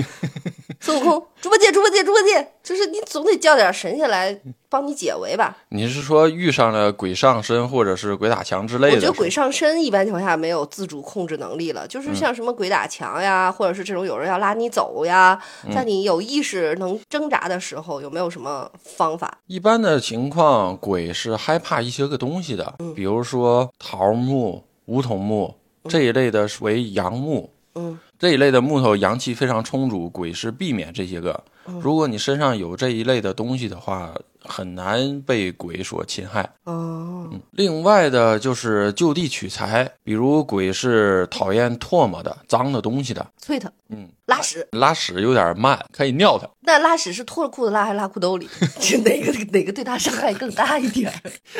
孙悟空，猪八戒，猪八戒，猪八戒，就是你总得叫点神仙来帮你解围吧。
你是说遇上了鬼上身或者是鬼打墙之类
我
的？
觉得鬼上身一般情况下没有自主控制能力了，
嗯
就是像什么鬼打墙呀，或者是这种有人要拉你走呀，
嗯
在你有意识能挣扎的时候，有没有什么方法？
一般的情况，鬼是害怕一些个东西的，比如说桃木、梧桐木这一类的为阳木，
嗯，
这一类的木头阳气非常充足，鬼是避免这些个。如果你身上有这一类的东西的话，很难被鬼所侵害。
哦，
另外的就是就地取材，比如鬼是讨厌唾沫的、脏的东西的，
催他，
嗯，
拉屎。
拉屎有点慢，可以尿它。
那拉屎是脱了裤子拉还是拉裤兜里？ *laughs* 这哪个哪个对他伤害更大一点？ *laughs*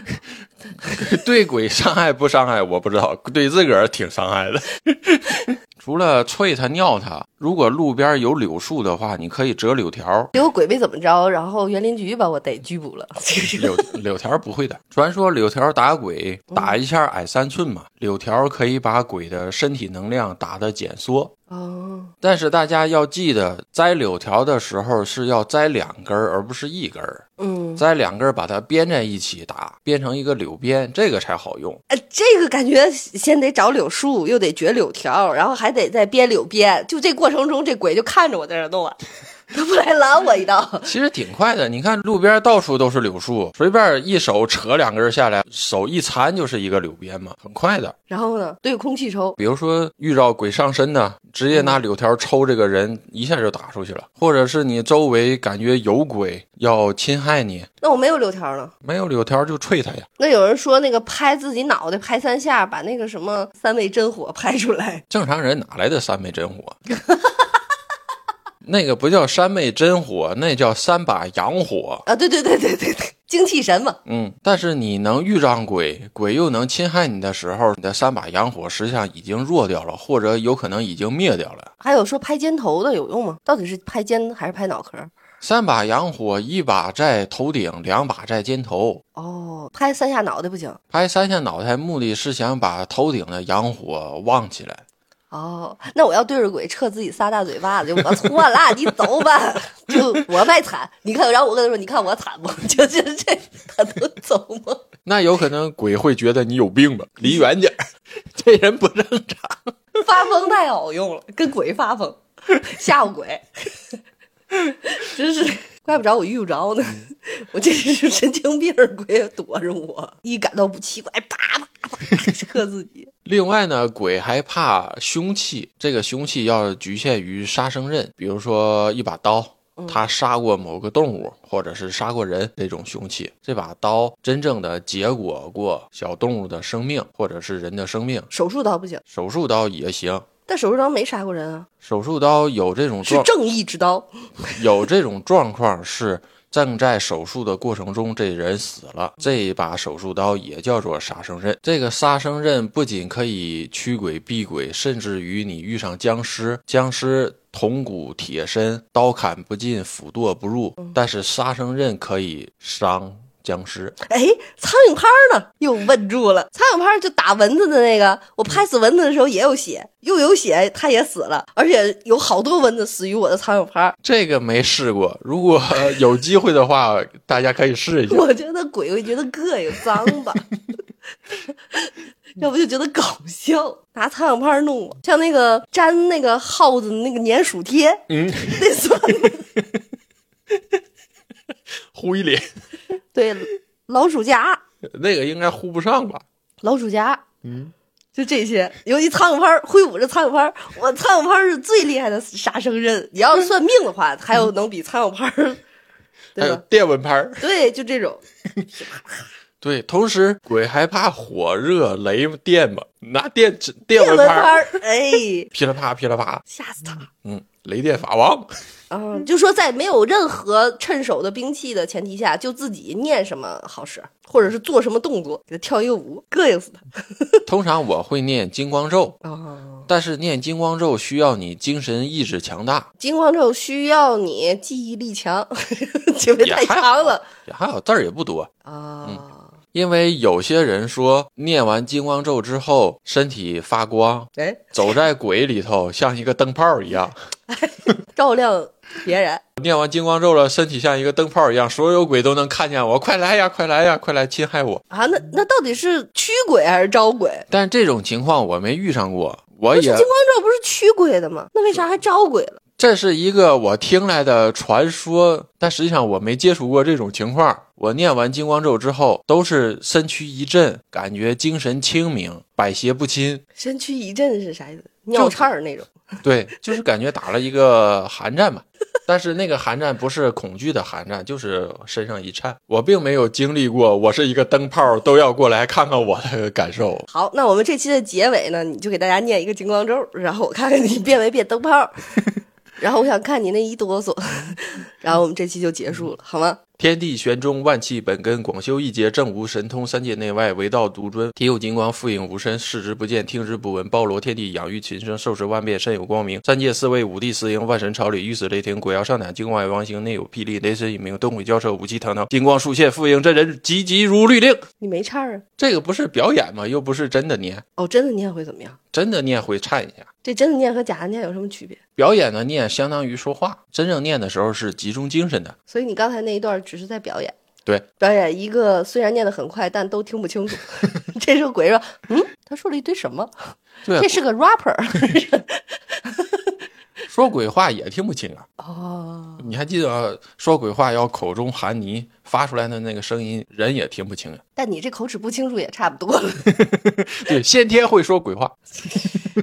*laughs* 对鬼伤害不伤害我不知道，对自个儿挺伤害的。 *laughs* 除了啐它、尿它，如果路边有柳树的话，你可以折柳条。
结果鬼没怎么着，然后园林局把我逮拘捕了。 *laughs*
柳柳条不会的，传说柳条打鬼打一下矮三寸嘛，柳条可以把鬼的身体能量打得减缩。
哦，
但是大家要记得，摘柳条的时候是要摘两根儿，而不是一根儿。
嗯，
摘两根儿把它编在一起打，编成一个柳鞭，这个才好用。
哎，这个感觉先得找柳树，又得掘柳条，然后还得再编柳鞭，就这过程中，这鬼就看着我在这弄啊， *laughs* 他不来拦我一道。 *laughs*
其实挺快的，你看路边到处都是柳树，随便一手扯两根下来，手一缠就是一个柳鞭嘛，很快的。
然后呢，对空气抽，
比如说遇到鬼上身的，直接拿柳条抽这个人，一下就打出去了；或者是你周围感觉有鬼要侵害你，
那我没有柳条呢。
没有柳条就踹他呀。
那有人说那个拍自己脑袋拍三下，把那个什么三昧真火拍出来， *laughs*
正常人哪来的三昧真火？那个不叫三昧真火，那叫三把洋火。
啊，对对对对对对，精气神嘛，
嗯，但是你能遇上鬼，鬼又能侵害你的时候，你的三把洋火实际上已经弱掉了，或者有可能已经灭掉了。
还有说拍肩头的有用吗？到底是拍肩还是拍脑壳？
三把洋火，一把在头顶，两把在肩头。
哦，拍三下脑袋不行。
拍三下脑袋，目的是想把头顶的洋火旺起来。
哦，那我要对着鬼撤自己仨大嘴巴子，就我错了，你走吧，就我卖惨。你看，然后我跟他说，你看我惨不？就就这，他能走吗？
那有可能鬼会觉得你有病吧，离远点儿， *laughs* 这人不正常。
发疯太好用了，跟鬼发疯，吓唬鬼，真是怪不着我遇不着呢。我这是神经病儿，鬼也躲着我，一感到不奇怪，啪啪啪撤自己。
另外呢，鬼还怕凶器，这个凶器要局限于杀生刃，比如说一把刀，他杀过某个动物或者是杀过人这种凶器，这把刀真正的结果过小动物的生命或者是人的生命。
手术刀不行，
手术刀也行，
但手术刀没杀过人啊，
手术刀有这种
是
状
正义之刀。
有这种状况是正在手术的过程中，这人死了，这一把手术刀也叫做杀生刃。这个杀生刃不仅可以驱鬼避鬼，甚至于你遇上僵尸，僵尸。铜骨铁身，刀砍不进，斧剁不入。但是杀生刃可以伤僵尸，
哎，苍蝇拍儿呢？又问住了。苍蝇拍儿就打蚊子的那个，我拍死蚊子的时候也有血，又有血，它也死了，而且有好多蚊子死于我的苍蝇拍儿。
这个没试过。如果呃有机会的话，大家可以试一下。
我觉得鬼会觉得膈应脏 *laughs* 吧，要不就觉得搞笑，拿苍蝇拍儿弄我，像那个粘那个耗子那个粘鼠贴，
嗯，
那算吗？
呼一脸， *laughs*
对，老鼠夹，
那个应该呼不上吧？
老鼠夹，
嗯，
就这些。尤其苍蝇拍儿，挥舞着苍蝇拍儿，我苍蝇拍儿是最厉害的杀生刃。你要是算命的话，还有能比苍蝇拍儿，
还
对
有
吧？
电蚊拍儿。
对，就这种。
对，同时鬼还怕火、热、雷、电嘛，拿电纸电
电
蚊
蚊
拍
拍
儿，
儿，哎，
噼里啪噼里啪，
吓死他！
嗯，雷电法王， *laughs* 嗯
啊，就说在没有任何趁手的兵器的前提下，就自己念什么好诗，或者是做什么动作，给他跳一个舞，膈应死他。
通常我会念金光咒，
哦，
但是念金光咒需要你精神意志强大，
金光咒需要你记忆力强， *laughs* 前面
也
太
还
长了
也还好字嗯儿也不多，
啊。
因为有些人说念完金光咒之后身体发光，
哎，
走在鬼里头像一个灯泡一样，
照亮别人，
念完金光咒了，身体像一个灯泡一样，所有鬼都能看见我，快来呀，快来呀，快来侵害我。
啊，那那到底是驱鬼还是招鬼？
但这种情况我没遇上过，我
不是
也
金光咒不是驱鬼的吗？那为啥还招鬼了？
这是一个我听来的传说，但实际上我没接触过这种情况。我念完金光咒之后，都是身躯一震，感觉精神清明，百邪
*laughs*
不侵。
身躯一震是啥意思？尿
就
叉儿那种。
对，就是感觉打了一个寒战嘛。但是那个寒战不是恐惧的寒战，就是身上一颤。我并没有经历过，我是一个灯泡都要过来看看我的感受。
好，那我们这期的结尾呢，你就给大家念一个金光咒，然后我看看你变没变灯泡儿，然后我想看你那一哆嗦， *laughs* 然后我们这期就结束了，好吗？
天地玄宗，万气本根，广修一节，正无神通，三界内外唯道独尊。体有金光，复影无身，视之不见，听之不闻，包罗天地，养育群生，受持万变，身有光明。三界四位，五帝四应，万神朝里，御史雷霆，鬼妖上胆，境外王星，内有霹雳，雷神一鸣，灯鬼交车，武器堂堂，金光术现，复应真人，急急如律令。
你没叉儿啊？
这个不是表演吗？又不是真的念，
哦，真的念会怎么样？
真的念会颤一下。
这真的念和假的念有什么区别？
表演的念相当于说话，真正念的时候是集中精神的。
所以你刚才那一段只是在表演，
对，
表演一个虽然念得很快，但都听不
*laughs*
清楚。这时候鬼说：“嗯，他说了一堆什么？
对啊
这，是个 rapper
*laughs* 说鬼话也听不清啊。
哦，
你还记得说鬼话要口中含泥，发出来的那个声音，人也听不清。啊
但你这口齿不清楚也差不多了， *laughs*
对，先天会说鬼话。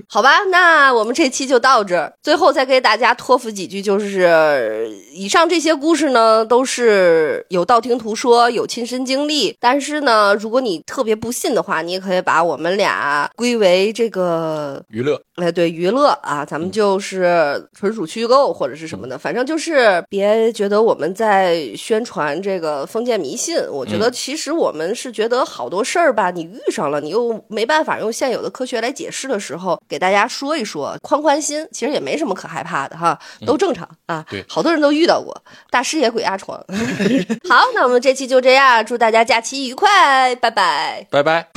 好吧？那我们这期就到这儿。最后再给大家托付几句，就是呃以上这些故事呢，都是有道听途说，有亲身经历。但是呢，如果你特别不信的话，你也可以把我们俩归为这个
娱乐，
哎，对娱乐啊，咱们就是纯属虚构或者是什么的，反正就是别觉得我们在宣传这个封建迷信。我觉得其实我们是觉得好多事儿吧，你遇上了，你又没办法用现有的科学来解释的时候，给大家说一说，宽宽心，其实也没什么可害怕的哈，都正常啊。
对
好多人都遇到过，大师也鬼压 *laughs* 床。好，那我们这期就这样，祝大家假期愉快，拜拜。
拜拜。